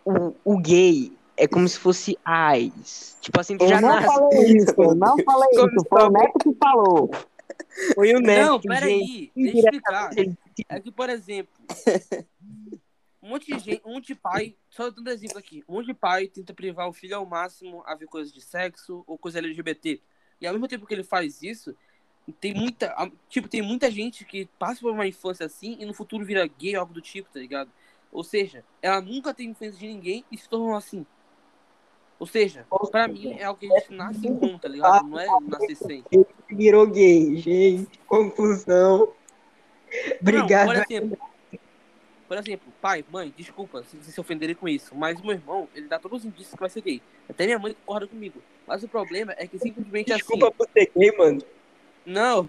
D: o, o gay é como se fosse AIDS. Tipo assim, tu
B: Eu
D: já
B: não
D: nasce.
B: falei isso, eu não falei
D: Como
B: isso, foi o Neto que falou.
D: Foi o Neto.
A: Não, peraí, deixa eu explicar.
D: indiretamente.
A: É que, por exemplo, um monte de gente, um monte de pai, só dando exemplo aqui, um monte de pai tenta privar o filho ao máximo a ver coisas de sexo ou coisa LGBT. E ao mesmo tempo que ele faz isso, tem muita, a- tipo, tem muita gente que passa por uma infância assim e no futuro vira gay ou algo do tipo, tá ligado? Ou seja, ela nunca teve influência de ninguém e se tornou assim. Ou seja, pra mim é algo que a gente nasce com, tá ligado? Não é nascer sem.
D: virou gay, gente. Confusão. Obrigado.
A: Não, por exemplo, por exemplo, pai, mãe, desculpa se vocês se ofenderem com isso, mas meu irmão, ele dá todos os indícios que vai ser gay. Até minha mãe concorda comigo. Mas o problema é que simplesmente é
D: Desculpa por ser gay, mano.
A: assim, não.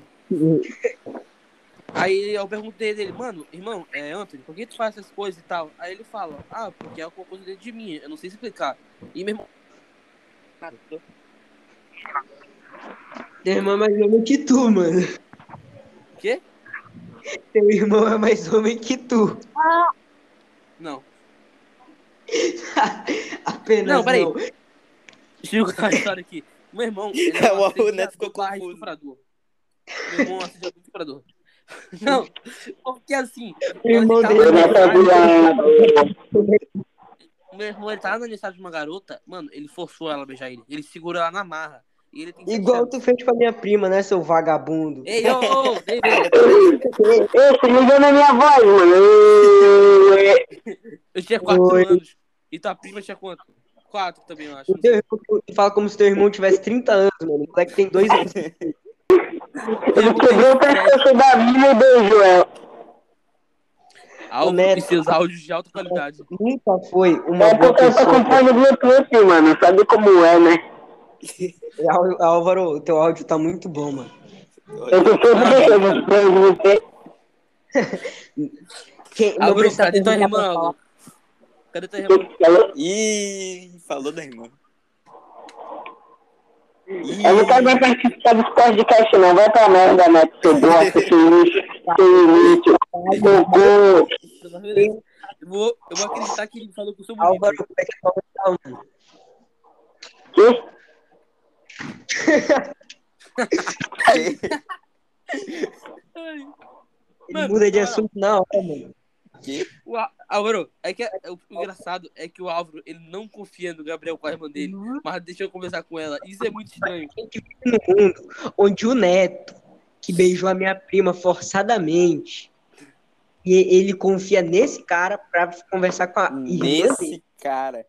A: Aí eu perguntei dele, mano, irmão, é Anthony, por que tu faz essas coisas e tal? Aí ele fala, ah, porque é alguma coisa dentro de mim, eu não sei explicar. E meu irmão. Cara, eu tô-
D: Teu irmão é mais homem que tu, mano.
A: Quê?
D: Teu irmão é mais homem que tu.
A: Não.
D: Apenas.
A: Não,
D: Não,
A: peraí.
D: peraí.
A: Deixa eu contar uma história aqui. Meu irmão, ele é
C: É, o
A: um
C: Neto
A: assediador
C: ficou
A: barra
C: confuso.
A: estuprador. Meu irmão é um assediador estuprador. Não, porque assim,
D: O irmão
A: ele tá
D: dele
A: no
D: é
A: aniversário-
B: viado.
A: meu irmão ele tá no aniversário de uma garota, mano, ele forçou ela a beijar ele. Ele segurou ela na marra. E ele tem sete
D: Igual
A: anos.
D: tu fez com a minha prima, né, seu vagabundo?
A: Ei, ô, ô, ei, ei,
B: Ei, se liga na é minha voz, mano. Ei,
A: eu tinha quatro
D: Oi.
A: anos. E tua prima tinha quanto? Quatro também, eu acho.
D: O teu irmão, tu- tu fala como se teu irmão tivesse 30 anos, mano. O moleque tem dois anos.
A: Meu
B: Ele
A: irmão tem
B: quebrou o
A: sete.
B: pescoço da Bíblia e beijou ela.
A: Alvo
D: Ô, Neto.
A: e seus áudios de alta qualidade.
D: Nunca foi uma
B: É
D: boa
B: porque eu tô com
D: pessoa.
B: fone Bluetooth, mano. Sabe como é, né?
D: É, Al- Álvaro, o teu áudio tá muito bom, mano.
B: Eu tô sempre deixando os fãs de você.
D: Quem, meu
A: Álvaro,
B: tá
D: prestador
A: cadê tua
D: de
A: irmã,
D: atenção-
A: Álvaro? Cadê tua irmã?
B: que falou.
C: Ih, falou da irmã. Ih,
B: Eu não quero nem participar desse podcast, não. Vai pra merda, Neto. Seu bosta, seu lixo, seu lixo. Cocô.
A: Eu vou, eu vou acreditar que ele falou que eu sou bonito.
D: Álvaro, como é que é tua atenção, mano?
B: Quê?
A: Ai.
D: Ele
A: Mano,
D: muda de
A: olha.
D: assunto na hora, mano.
A: O Á- Álvaro, é que é- o engraçado é que o Álvaro ele não confia no Gabriel com a irmã dele, mas deixa eu conversar com ela. Isso é muito estranho.
D: No mundo onde o Neto, que beijou a minha prima forçadamente, e ele confia nesse cara pra conversar com a irmã dele.
C: Nesse cara.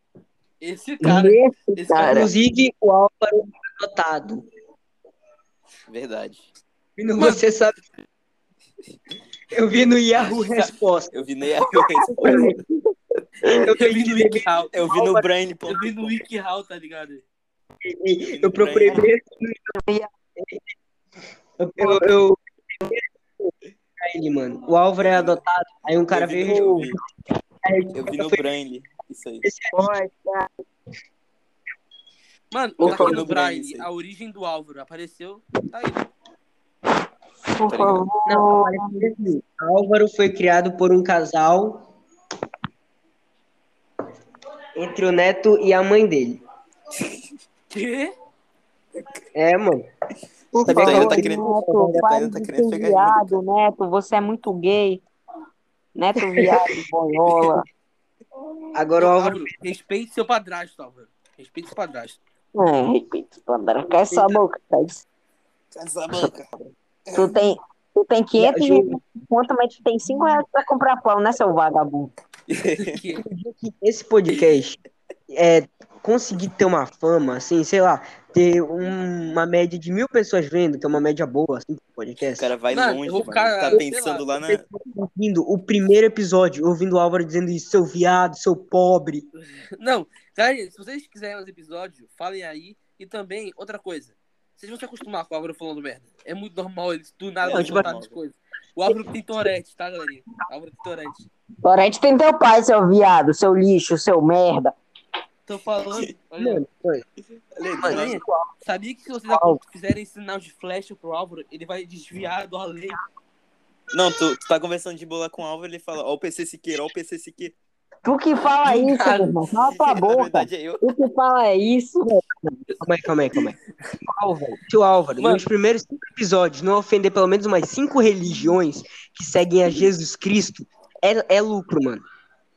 A: Esse cara, esse cara,
B: cara.
D: Inclusive, o Álvaro é adotado.
C: Verdade.
D: E não
A: Mano.
D: você sabe. Eu vi no Yahoo Resposta.
C: Eu vi na Yahoo Resposta.
A: eu vi
D: Eu,
A: no
D: pesquisei,
A: WikiHow,
C: Eu vi no Brain.
A: eu vi no WikiHow, tá ligado?
D: eu procurei ver. Eu, eu, eu... Pra ele, mano. O Álvaro é adotado. Aí um cara
C: eu vi
D: veio.
C: no- Eu vi no Brain. Isso aí.
A: é Mano,
B: Opa,
A: tá aqui no
C: mano,
A: Braille,
C: isso aí.
A: a origem do Álvaro apareceu, tá aí.
B: Por
A: tá
D: Não,
B: favor.
D: apareceu assim. Álvaro foi criado por um casal entre o neto e a mãe dele.
A: Quê?
D: É, mano.
B: Por
D: Tá
C: vendo?
B: favor,
C: Tá querendo-
B: Neto,
C: tá
B: para
C: querendo- tá
B: de
C: querendo
B: ser
C: pegar
B: viado, né, Neto. Você é muito gay. Neto viado, boiola.
D: Agora o Álvaro.
A: Álvaro, respeite seu padrasto, Álvaro. Respeite seu padrasto.
B: É, respeito, Pandora, cai essa boca, cara.
C: Casablanca.
B: Tu tem, tu tem 500 mil conto, mas tu tem 5 reais pra comprar pão, né, seu vagabundo?
A: Que-
D: esse podcast é conseguir ter uma fama, assim, sei lá, ter um- uma média de mil pessoas vendo, que é uma média boa, assim, pro
C: O
D: podcast.
C: cara vai
A: Mano,
C: longe,
A: eu vou
C: mano.
A: ficar,
C: Tá
A: sei
C: pensando lá, na.
D: Ouvindo o primeiro episódio, ouvindo o Álvaro dizendo isso, seu viado, seu pobre.
A: Não, cara, se vocês quiserem os episódios, falem aí. E também, outra coisa. Vocês vão se acostumar com o Álvaro falando merda. É muito normal eles do nada
C: É,
A: é,
C: tipo,
A: contar as coisas. O Álvaro tem Torete, tá, galerinha? Álvaro tem Torete.
B: Torrente tem teu pai, seu viado, seu lixo, seu merda.
A: Tô falando. olha,
D: Mano,
C: Olha aí,
A: Mano,
C: mano.
A: sabia que se vocês
B: Álvaro.
A: fizerem sinal de flecha pro Álvaro, ele vai desviar do além.
C: Não, tu, tu tá conversando de bola com o Álvaro, ele fala, ó o PC Siqueira, ó o PC Siqueira.
B: Tu que fala isso,
A: Cara,
B: meu irmão, cala tua
C: Na
B: boca.
C: verdade é eu.
B: Tu que fala isso,
D: calma aí, calma aí, calma aí. Álvaro, se o Álvaro,
A: Mano.
D: nos primeiros cinco episódios, não ofender pelo menos umas cinco religiões que seguem a Jesus Cristo, é, é lucro, mano.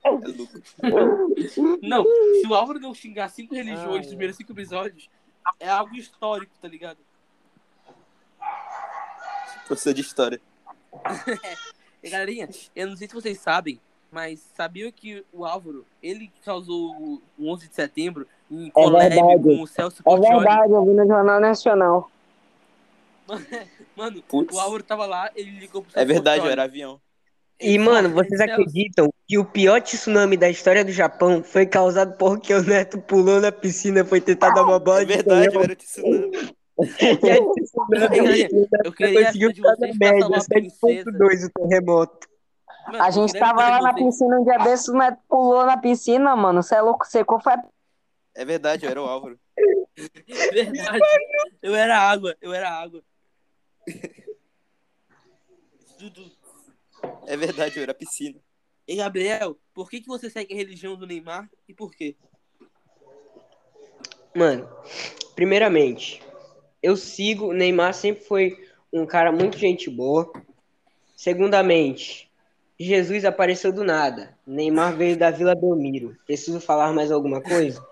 C: É louco.
A: Não, se o Álvaro não xingar cinco religiões nos primeiros cinco episódios, é algo histórico, tá ligado?
C: Professor de história.
A: E, galerinha, eu não sei se vocês sabem, mas sabiam que o Álvaro, ele causou o 11 de setembro em collab
B: É verdade.
A: com o Celso
B: É
A: Portioli.
B: verdade, eu vi no Jornal Nacional.
A: Mano,
C: Putz.
A: o Álvaro tava lá, ele ligou pro
C: É verdade, eu
A: Portioli.
C: era avião.
D: E,
A: Ele
D: mano,
A: falou,
D: vocês
A: "Celso,
D: acreditam que o pior tsunami da história do Japão foi causado porque o Neto pulou na piscina, foi tentar dar uma bola
C: É verdade, eu
D: canhão,
C: era tsunami.
D: e aí o tsunami-
A: Eu queria
D: conseguiu
A: ajuda de
D: ficar na
A: vocês pra
D: média,
A: salvar a princesa.
D: 7.2 o terremoto.
A: Mano,
B: A
A: eu
B: gente
A: queria
B: tava
A: ajuda
B: lá
A: de
B: na
A: vocês.
B: piscina um dia desses, o Neto pulou na piscina, mano. Você é louco, secou, foi...
C: É verdade, eu era o Álvaro.
A: É Verdade. Eu era água, eu era água. Dudu.
C: É verdade, eu era piscina.
A: E Gabriel, por que, que você segue a religião do Neymar e por quê?
D: Mano, primeiramente, eu sigo, o Neymar sempre foi um cara muito gente boa. Segundamente, Jesus apareceu do nada. Neymar veio da Vila Belmiro. Preciso falar mais alguma coisa?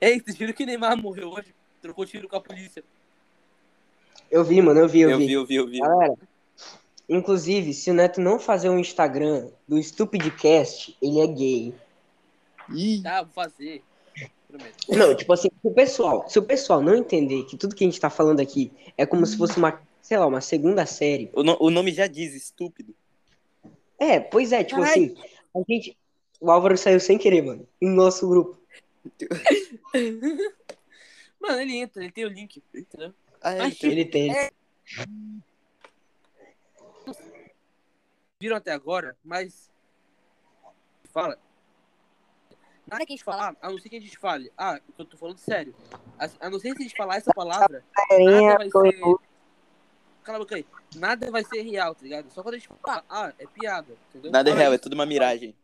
A: Ei, É vocês viram que o Neymar morreu hoje? Trocou tiro com a polícia.
D: Eu vi, mano, eu vi, eu,
C: Eu
D: vi.
C: vi, eu vi, eu vi.
D: Galera, inclusive, se o Neto não fazer um Instagram do Stupidcast, ele é gay.
C: Ih,
A: Tá, vou fazer. Prometo.
D: Não, tipo assim, se o pessoal, se o pessoal não entender que tudo que a gente tá falando aqui é como se fosse uma, sei lá, uma segunda série.
C: O, no- o nome já diz, estúpido.
D: É, pois é, tipo
A: Caralho.
D: assim, a gente. O Álvaro saiu sem querer, mano, em nosso grupo.
A: Mano, ele entra, ele tem o link. Entendeu?
C: Ah, é,
A: Mas-
D: Ele tem.
A: Viram até agora, mas. Fala. Nada que a gente falar, a não ser que a gente fale. Ah, eu tô falando sério. A, a não ser se a gente falar essa palavra,
B: Carinha,
A: nada vai ser. Cala a boca aí. Nada vai ser real, tá ligado? Só quando a gente fala, ah, é piada, entendeu?
C: Nada é
A: Fala
C: real, é
A: isso.
C: tudo uma miragem.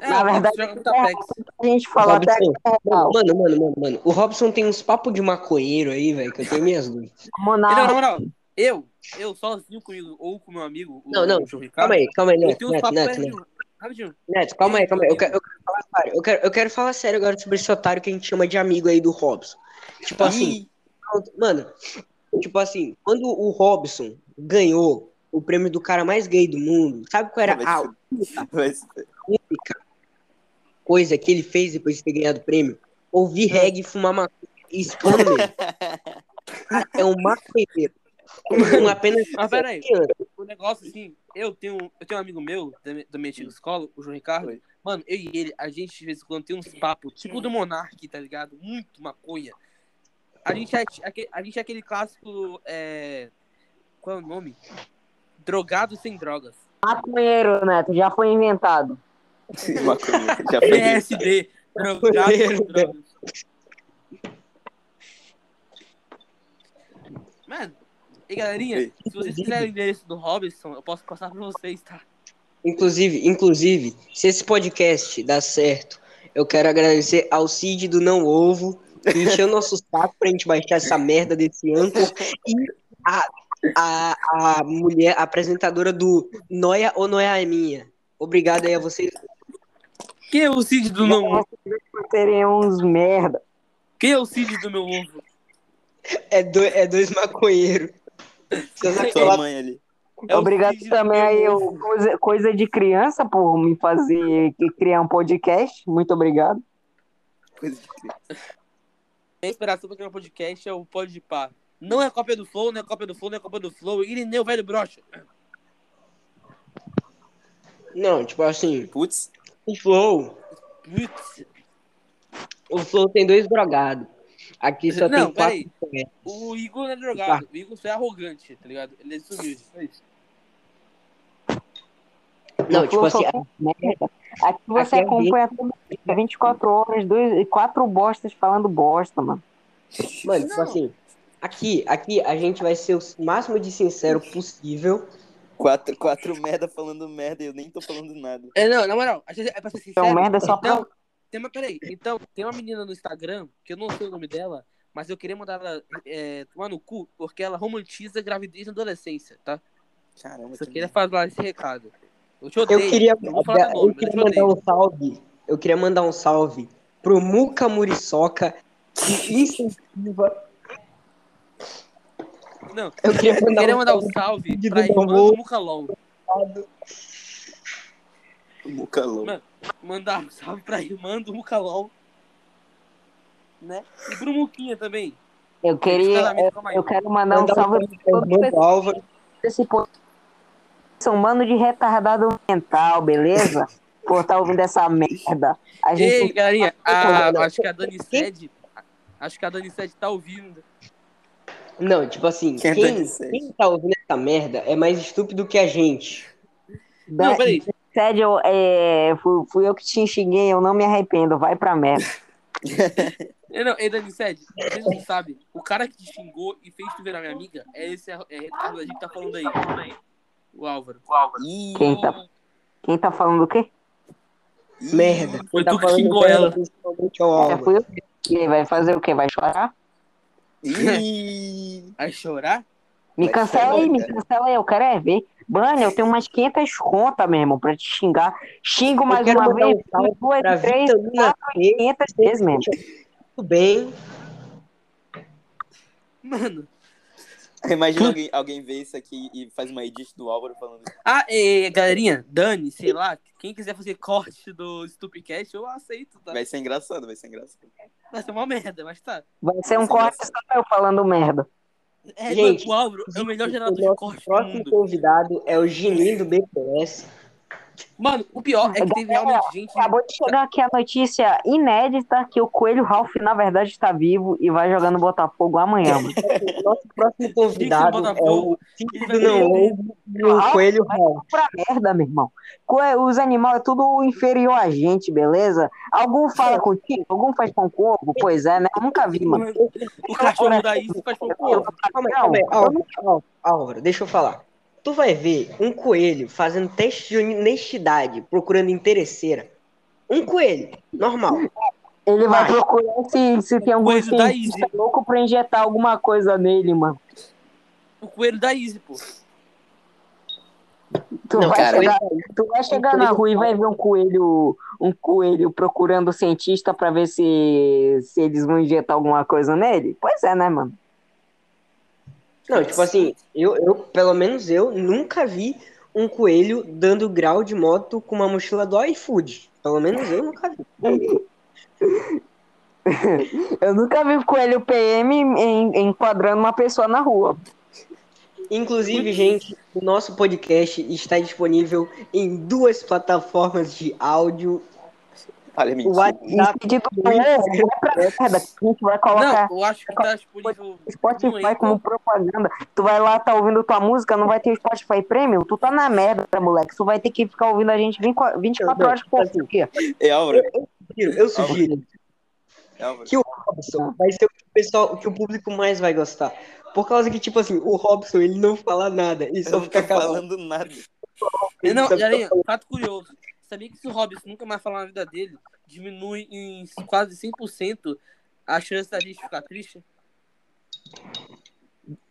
A: É,
B: Na verdade, é
A: joga no Tapex.
B: a gente falou até é,
D: Robson.
B: real.
D: Mano, mano, mano, mano. O Robson tem uns papos de maconheiro aí, velho, que eu tenho minhas dúvidas.
A: Não,
B: Monarca.
A: não, não. Eu, eu sozinho comigo, ou com meu amigo, o
D: Não, não,
A: João Ricardo,
D: Calma aí, calma aí,
A: eu
D: Neto,
A: tenho uns
D: Neto,
A: papos
D: Neto, Neto.
A: rapidinho. Rapidinho.
D: Neto, calma aí, calma
A: É.
D: aí. Eu quero, eu quero falar sério. Eu quero, eu quero falar sério agora sobre esse otário que a gente chama de amigo aí do Robson. Tipo assim,
C: Ih,
D: mano, tipo assim, quando o Robson ganhou o prêmio do cara mais gay do mundo, sabe qual era
C: Vai
D: a
C: se mas
D: única coisa que ele fez depois de ter ganhado o prêmio? Ouvir reggae, fumar maconha e expor mesmo. É um maconheiro. Com apenas
A: Mas peraí.
D: 17 anos.
A: O negócio, assim, eu tenho, eu tenho um amigo meu, da mi- da minha antiga escola, o João Ricardo.
C: Oi.
A: Mano, eu e ele, a gente de vez em quando tem uns papos, tipo do Monark, tá ligado? Muito maconha. A gente é, aque- a gente é aquele clássico, é, qual é o nome? Drogado sem drogas.
B: Maconheiro, é Neto, já foi inventado.
C: Maconha,
D: É,
C: já foi isso.
A: PSD, drogado sem drogas. Mano, e galerinha,
C: Ei.
A: se vocês quiserem o endereço do Robinson, eu posso passar pra vocês, tá?
D: Inclusive, inclusive, se esse podcast dá certo, eu quero agradecer ao Cid do Não Ovo, que encheu nosso saco pra gente baixar essa merda desse âncora, e a, a, a mulher a apresentadora do Noia ou Noia é Minha. Obrigado aí a vocês.
A: Quem é o Cid do meu ovo?
B: Seriam uns merda.
A: Quem é o Cid do meu ovo?
D: É, do, é dois maconheiros. Seus
C: Sua
D: acolados.
C: mãe ali.
A: É o
B: Obrigado
A: Cid do
B: também
A: meu
B: aí,
A: ovo.
B: eu- coisa, coisa de criança, por me fazer criar um podcast. Muito obrigado.
C: Coisa de criança.
A: Minha inspiração pra criar um podcast é o Pode de Pá. Não é cópia do Flow, não é cópia do Flow, não é cópia do Flow. Irineu, velho brocha.
D: Não, tipo assim,
C: Putz,
D: o Flow,
A: Putz.
D: o Flow tem dois drogados. Aqui só
A: Não,
D: tem quatro.
A: peraí. O Igor não é drogado. O Igor só é arrogante, tá ligado? Ele é desumilde. É isso.
D: Não,
B: Eu
D: tipo
B: tô
D: assim,
B: só- merda. Aqui você
D: Aqui é
B: acompanha tudo, 24 horas, dois, quatro bostas falando bosta, mano.
D: Mano, tipo assim, aqui, aqui a gente vai ser o máximo de sincero possível.
C: quatro, quatro merda falando merda e eu nem tô falando nada.
A: É, não, na moral, a gente- é pra ser sincero.
B: Então, merda é só
A: Então, tem uma, peraí, então, tem uma menina no Instagram, que eu não sei o nome dela, mas eu queria mandar ela é, tomar no cu, porque ela romantiza gravidez na adolescência, tá?
C: Caramba,
A: Só
C: que
A: queria
C: merda.
A: falar esse recado. Eu te odeio.
D: Eu queria,
A: não vou falar teu nome,
D: eu
A: mas eu
D: queria
A: te odeio.
D: mandar um salve. Eu queria mandar um salve pro Muca Muriçoca que incentiva.
A: Não,
D: Eu queria
A: eu
D: mandar,
A: queria
D: um
A: mandar um
D: salve
A: salve
D: de
A: pra irmã
D: Dudamon.
A: do Mucalon.
C: Mucalão.
A: Mano. Mandar um salve pra irmã do Mucalon. Né? E pro Muquinha também.
B: Eu queria.
A: Claramente, calma aí.
B: Eu quero mandar um
D: mandar
B: salve
D: pra
B: pra
D: irmã do Álvaro.
B: esse povo. São mano de retardado mental, beleza? Por tá ouvindo essa merda. A
A: Ei,
B: gente.
A: galerinha,
D: Ah,
A: a-
D: não.
A: acho que a Dani Sede. Acho que a Dani Sede tá ouvindo.
D: Não, tipo assim,
C: Quem é
D: quem,
C: Dani Sede?
D: quem tá ouvindo essa merda é mais estúpido que a gente.
A: Não,
B: da-
A: peraí.
B: Sério, é, fui, fui eu que te enxiguei, eu não me arrependo, vai pra merda.
A: Eu Não, ei, Dani Sede, vocês não sabem. O cara que te xingou e fez tu virar minha amiga é esse é, é, retardadinho que tá falando aí. O Álvaro.
D: é
C: Ih,
B: Quem tá, quem tá falando o quê?
C: ih,
D: Merda.
A: Foi
D: Tá
A: tu que
D: falando
A: xingou
D: merda,
A: ela.
D: Principalmente ao
B: É,
D: Álvaro.
B: fui eu que te xinguei, vai fazer o quê? Vai chorar?
C: Ih.
A: Vai chorar?
B: Me
C: Vai
B: cancela
C: chorar,
B: aí, me
C: cara.
B: cancela aí, eu quero é ver. Mano, eu tenho umas 500 contas, meu irmão, pra te xingar. Xingo mais
D: quero
B: uma
D: mandar
B: vez,
D: um salve
B: duas,
D: Pra
B: três,
A: tá?
D: vitamina
B: quatro,
D: C,
B: 500 vezes, mesmo.
D: tudo bem.
A: Mano.
C: Imagina alguém, alguém ver isso aqui e faz uma edit do Álvaro falando isso.
A: Ah, e, galerinha, Dani, sei lá, quem quiser fazer corte do Stupicast, eu aceito, tá?
C: Vai ser engraçado, vai ser engraçado.
A: Vai ser uma merda, mas tá.
B: Vai ser um corte só eu falando merda.
A: É,
D: Gente,
A: mano, o Álvaro é o melhor gerador
D: nosso
A: de corte do
D: próximo
A: mundo.
D: convidado é o Gini do BPS.
A: Mano, o pior é que teve realmente gente.
B: Acabou de chegar aqui a notícia inédita que o Coelho Ralph, na verdade, está vivo e vai jogar no Botafogo amanhã, mano.
D: O nosso próximo convidado
A: Tem que ser
D: é o
A: Botafogo. Ele vai
D: Cid não
A: perder.
D: ouve e o Coelho Raul.
B: pra merda, meu irmão. Coe- Os animais é tudo inferior a gente, beleza? Algum
D: É.
B: fala contigo, algum faz pão com ovo, pois é, né? Eu nunca vi, mano.
A: O cachorro
D: é
A: daí se faz pouco
B: Eu-
A: ovo.
D: Calma aí,
B: Não,
D: calma aí.
B: eu
D: Álvaro, Álvaro, Álvaro, deixa eu falar. Tu vai ver um coelho fazendo teste de honestidade, procurando interesseira. Um coelho, normal.
B: Ele vai
D: Mas-
B: procurar se, se tem algum
A: Coelho da
B: cientista louco pra injetar alguma coisa nele, mano.
A: O coelho da Easy, pô.
B: Tu,
D: Não,
B: vai,
C: cara,
B: chegar, tu vai chegar na rua e vai ver um coelho, um coelho procurando cientista pra ver se, se eles vão injetar alguma coisa nele? Pois é, né, mano?
D: Não, tipo assim, eu, eu, pelo menos eu, nunca vi um coelho dando grau de moto com uma mochila do iFood. Pelo menos eu nunca vi.
B: Eu nunca vi um coelho PM em- enquadrando uma pessoa na rua.
D: Inclusive, gente, o nosso podcast está disponível em duas plataformas de áudio.
C: Olha,
D: O
C: mentira.
B: Tá.
D: WhatsApp
B: Pedido do ovo, vai pra merda, que a gente vai
A: Não,
B: colocar
A: eu acho que tá disponível.
B: no
A: no
B: Spotify
A: Anchor.
B: como propaganda. Tu vai lá, tá ouvindo tua música, não vai ter Spotify Premium? Tu tá na merda, moleque. Tu vai ter que ficar ouvindo a gente 24 24 horas por dia.
C: É Álvaro,
D: sugiro, eu sugiro
C: é Álvaro.
D: que o Robson vai ser o que o pessoal, o que o público mais vai gostar. Por causa que, tipo assim, o Robson, ele não fala nada, ele
C: Eu
D: só
C: não tô
D: fica tá calado.
C: falando nada.
D: Ele
A: Não,
D: só fica
A: galerinha,
D: falando.
A: fato curioso. Sabia que se o Robson nunca mais falar na vida dele, diminui em quase 100% a chance da gente ficar triste?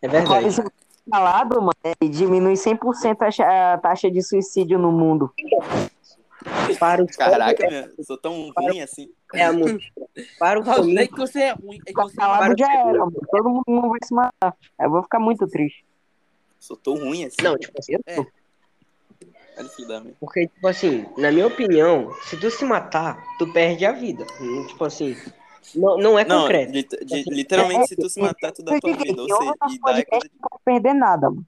D: É verdade.
B: Robson falado, mano, é, diminui 100% a cha- a taxa de suicídio no mundo.
D: Para os
C: Caraca, minha, eu sou tão ruim assim.
D: É a música. Para o
A: Não é
D: faminto.
A: que você é ruim, é que
B: Com a
A: você
B: palavra
D: para-
B: já era, mano. todo mundo não vai se matar. Eu vou ficar muito triste.
C: Sou tão ruim assim.
D: Não, tipo assim,
C: Olha que dá, meu.
D: porque, tipo assim, na minha opinião, se tu se matar, tu perde a vida. Hum, Tipo assim, não, não é
C: Não,
D: concreto. É
C: lit- de- literalmente, se tu se matar, tu dá a tua vida. Ou
B: Eu
C: seja,
B: vou fazer
C: e dá é
B: podcast
C: coisa
B: não vou perder nada, mano.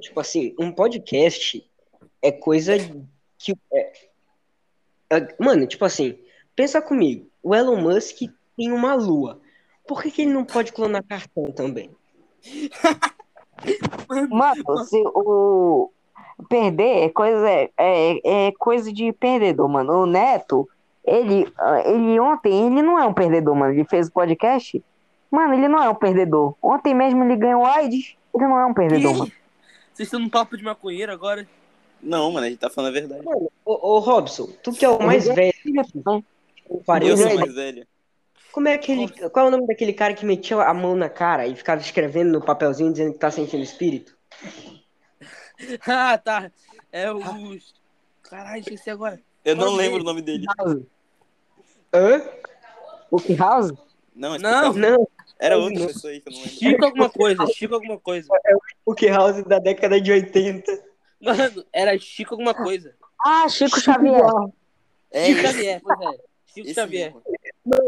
D: Tipo assim, um podcast é coisa que. é- é- mano, tipo assim, pensa comigo. O Elon Musk tem uma lua. Por que, que ele não pode clonar cartão também?
B: Mano, se o. Perder é coisa, é, é coisa de perdedor, mano. O Neto, ele, ah, ele ontem, ele não é um perdedor, mano. Ele fez o podcast. Mano, ele não é um perdedor. Ontem mesmo ele ganhou AIDS. Ele não é um perdedor, mano.
A: Vocês estão num papo de maconheiro agora?
C: Não, mano, a gente tá falando a verdade.
D: Ô, ô Robson, tu que é o mais velho do
C: Eu sou
D: parede,
C: mais velho.
D: né? como é aquele. Qual é o nome daquele cara que metia a mão na cara e ficava escrevendo no papelzinho dizendo que tá sentindo espírito?
A: Ah, tá. É
D: Ah.
A: o. Caralho, esqueci agora.
C: Eu não
A: Pode ir.
C: lembro o nome dele.
D: Hã?
B: O que House?
A: Não.
C: Não, explicava.
D: Não,
C: Era
D: não. é
C: outra pessoa aí que eu não lembro.
A: Chico alguma coisa, Chico alguma coisa.
D: o que House da década de 80.
A: Mano, era Chico alguma coisa.
B: Ah, Chico Xavier.
C: É
A: Chico
C: isso.
A: Xavier, pois é. Chico
C: Esse
A: Xavier.
C: mesmo.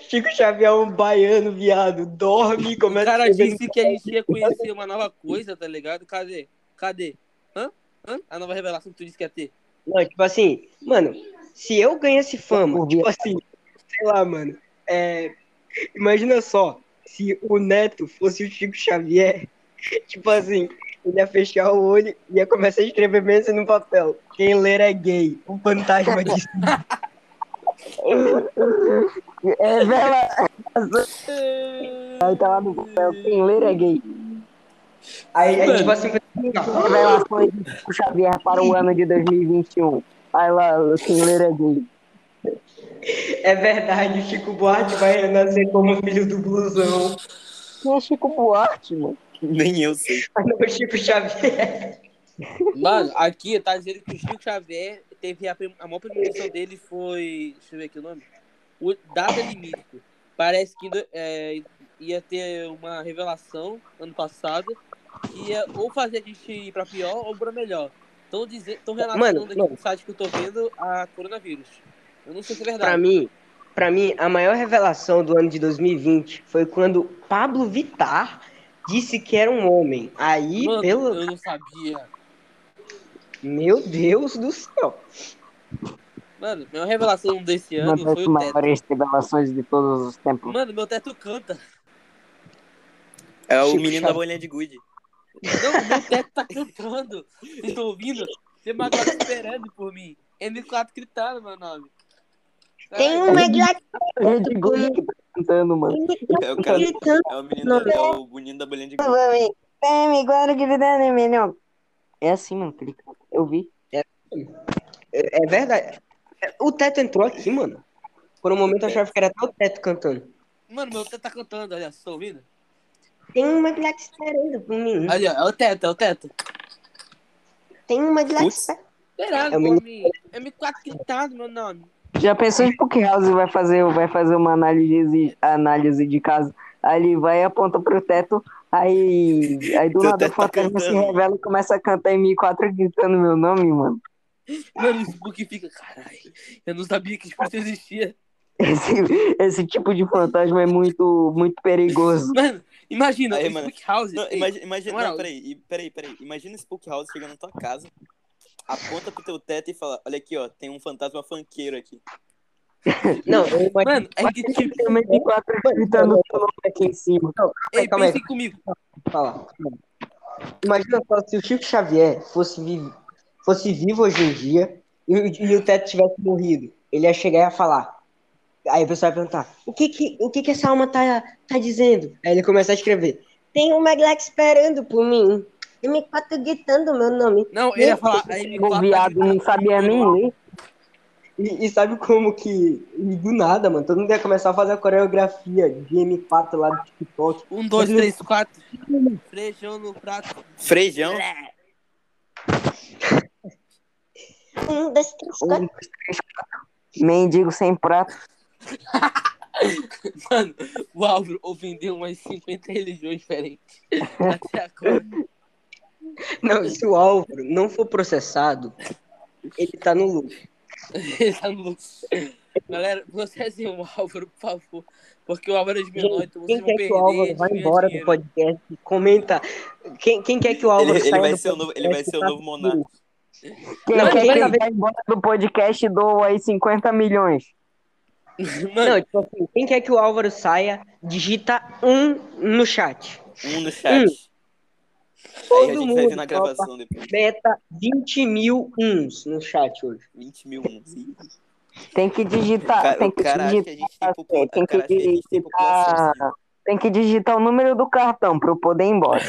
D: Chico Xavier é um baiano, viado. Dorme,
A: O
D: começa a
A: cara
D: escrever
A: disse que a gente ia conhecer uma nova coisa, tá ligado? Cadê? Cadê? Hã? Hã? A nova revelação que tu disse que ia ter.
D: Não, tipo assim, mano, se eu ganhasse fama, tipo assim, sei lá, mano, é, imagina só, se o Neto fosse o Chico Xavier, tipo assim, ele ia fechar o olho e ia começar a escrever mensagem no papel. Quem ler é gay, o fantasma disse.
B: É verdade. Aí tá lá no papel. Quem ler é gay.
D: Aí, aí, tipo assim,
B: Revelações de Chico Xavier para o ano de 2021. Aí um. lá, quem ler é gay.
D: é verdade, o Chico Buarque vai renascer como filho do blusão.
B: Quem é Chico Buarque, mano?
C: Nem eu sei.
D: Mas não o Chico Xavier.
A: Mano, aqui tá dizendo que o Chico Xavier teve a, prim- a maior premonição dele foi. Deixa eu ver aqui o nome. O Data Limite. Parece que é, ia ter uma revelação ano passado que ia ou fazer a gente ir pra pior ou pra melhor. Estão
D: Mano,
A: relatando aqui
D: mano.
A: no site que eu tô vendo a coronavírus. Eu não sei se é
D: Pra
A: verdade.
D: mim, para mim, a maior revelação do ano de 2020 foi quando Pablo Vittar disse que era um homem. Aí,
A: Mano,
D: pelo
A: eu não sabia.
D: meu Deus do céu.
A: Mano, minha revelação desse ano
B: Uma
A: foi
B: das
A: o teto.
B: maiores revelações de todos os tempos.
A: Mano, meu teto canta.
C: É o
D: Chico
C: menino
D: Xavier.
C: da bolinha de gude.
A: Não, meu teto tá cantando. Vocês estão ouvindo? Tem uma galera esperando por mim. M4 gritando meu nome.
E: Tem
A: Caralho.
E: um negócio
B: Rede Globo que tá cantando, mano.
C: É o, cara,
E: gritando.
C: é o menino da, é o menino da bolinha de gude.
B: É, agora que é melhor. É assim, mano. que ele canta. Eu vi.
D: É, é verdade. É, O Teto entrou aqui, mano. Por um momento eu achava que era até o Teto cantando.
A: Mano, meu teto tá cantando, olha, vocês tão ouvindo?
E: Tem uma Black esperando por mim.
A: Olha, é o teto, é o teto.
E: Tem uma Black
C: Putz.
E: esperando.
A: Esperando
D: É o
A: por mim. M4 gritando meu nome.
B: Já pensou em Poké House vai fazer, vai fazer uma análise, análise de caso? Aí ele vai aponta pro teto, aí, aí do
C: Teu
B: lado o
C: teto tá
B: fantasma se
C: cantando.
B: revela e começa a cantar em M4 gritando meu nome, mano.
A: Mano, o Spook fica, caralho, eu não sabia que isso existia.
B: Esse, esse tipo de fantasma é muito, muito perigoso.
A: Mano, imagina,
C: Aí,
A: o
C: mano.
A: Spook House.
C: Não,
A: ei,
C: imagina, imagina,
A: moral.
C: não, peraí, e- peraí, peraí. Imagina esse Spook House chegando na tua casa, aponta pro teu teto e fala, olha aqui, ó, tem um fantasma funkeiro aqui.
D: Não, eu imagino.
A: Mano, é que tipo,
B: Tem um M4 gritando meu nome aqui em cima.
A: ei,
D: calma aí.
A: pensem comigo.
D: Fala. Imagina só se o Chico Xavier fosse, vi- fosse vivo hoje em dia e, o- e o Teto tivesse morrido. Ele ia chegar e ia falar. Aí o pessoal ia perguntar: o que que, o que, que essa alma tá, tá dizendo? Aí ele começa a escrever. um
E: Tem uma Black esperando por mim. Tem me quatro gritando meu nome.
A: Não, ele ia falar, aí M4
B: O
A: tá
B: viado não
A: gritando.
B: sabia nem ler.
D: E, e sabe como que. e do nada, mano. Todo mundo ia começar a fazer a coreografia de M4 lá do TikTok.
A: Um, dois, três, quatro. Frejão no prato.
C: Frejão?
E: Um, dois, três, quatro.
B: Um, dois, três, quatro. Mendigo sem prato.
A: Mano, o Álvaro ofendeu umas 50 religiões diferentes. Até agora.
D: Não, se o Álvaro não for processado, ele tá no lucro.
A: Ele tá no lucro. Galera, processem o Álvaro, por favor. Porque o Álvaro é de menor, então vocês
D: Quem
A: vão
D: quer
A: perder.
D: que o Álvaro vá
A: dinheiro,
D: embora do
A: dinheiro.
D: podcast, comenta. Quem, quem quer que o Álvaro
C: Ele, ele
D: saia
C: vai
D: do
C: ser o novo, ele vai
D: podcast,
C: ser o
D: tá?
C: novo monarca.
B: Quem
D: Não,
B: quer
D: quem
B: que
D: tá
B: ele vá embora do podcast doa aí 50 milhões.
A: Mano,
D: Não, tipo assim, quem quer que o Álvaro saia, digita um no chat.
C: Um no chat. Aí a
D: Todo
C: gente vai ver
D: mundo
C: na
D: topa.
C: gravação depois.
D: Meta 20 mil uns no chat hoje.
C: 20 mil uns. Ih,
B: Tem que
D: Ah,
B: digitar.
C: cara,
B: tem
C: o
B: que
C: cara acha que
B: digitar.
C: a
B: tem
C: gente tem população.
B: que
C: O cara acha que é tipo a gente tem população.
B: digitar- Tem que digitar o número do cartão pra eu poder ir embora.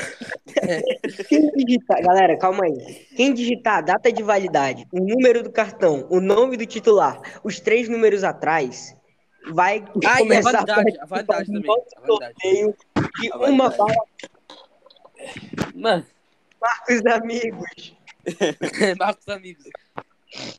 D: Quem digitar, galera, calma aí. Quem digitar a data de validade, o número do cartão, o nome do titular, os três números atrás, vai
A: ah, e a
D: começar
A: validade, a validade
D: um
A: também. A validade.
D: sorteio de
C: A
D: uma
C: validade.
D: bala
A: Mano,
D: com os amigos.
A: Marcos Amigos.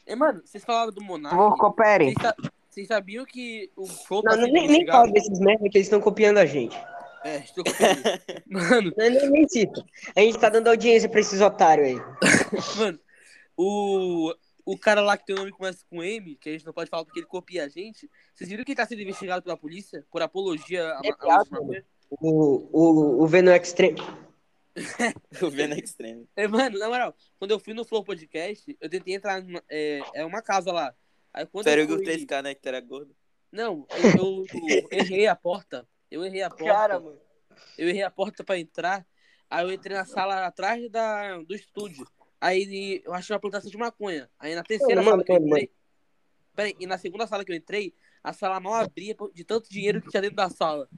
A: E, mano, vocês falaram do
B: Por
C: Ah,
A: Monark.
B: favor, coopere.
A: Vocês sa- Vocês sabiam que o Flow tá
D: Não, não,
A: sendo
D: nem, nem
A: investigado?
D: fala desses merda que eles estão copiando a gente.
A: É, estou confundindo. Mano,
D: Não, nem, nem cita. A gente tá dando audiência pra esses otários aí.
A: Mano, o, o cara lá que tem o nome que começa com M, que a gente não pode falar porque ele copia a gente, vocês viram que ele tá sendo investigado pela polícia por apologia a, a,
D: É
A: a,
D: piada, mano. O, o, o Venom Extreme.
C: O Vena Extreme.
A: É, Mano, na moral, quando eu fui no Flow Podcast, eu tentei entrar numa, é, é uma casa lá. Aí quando
C: Sério,
A: eu
C: o
A: fui...
C: 3K, né? Que era gordo.
A: Não, eu, eu errei a porta. Eu errei a porta.
D: mano.
A: Eu errei a porta pra entrar. Aí eu entrei na sala atrás da, do estúdio. Aí eu achei uma plantação de maconha. Aí na terceira
D: Mano,
A: sala que eu
D: mano,
A: entrei. Peraí, e na segunda sala que eu entrei, a sala mal abria de tanto dinheiro que tinha dentro da sala.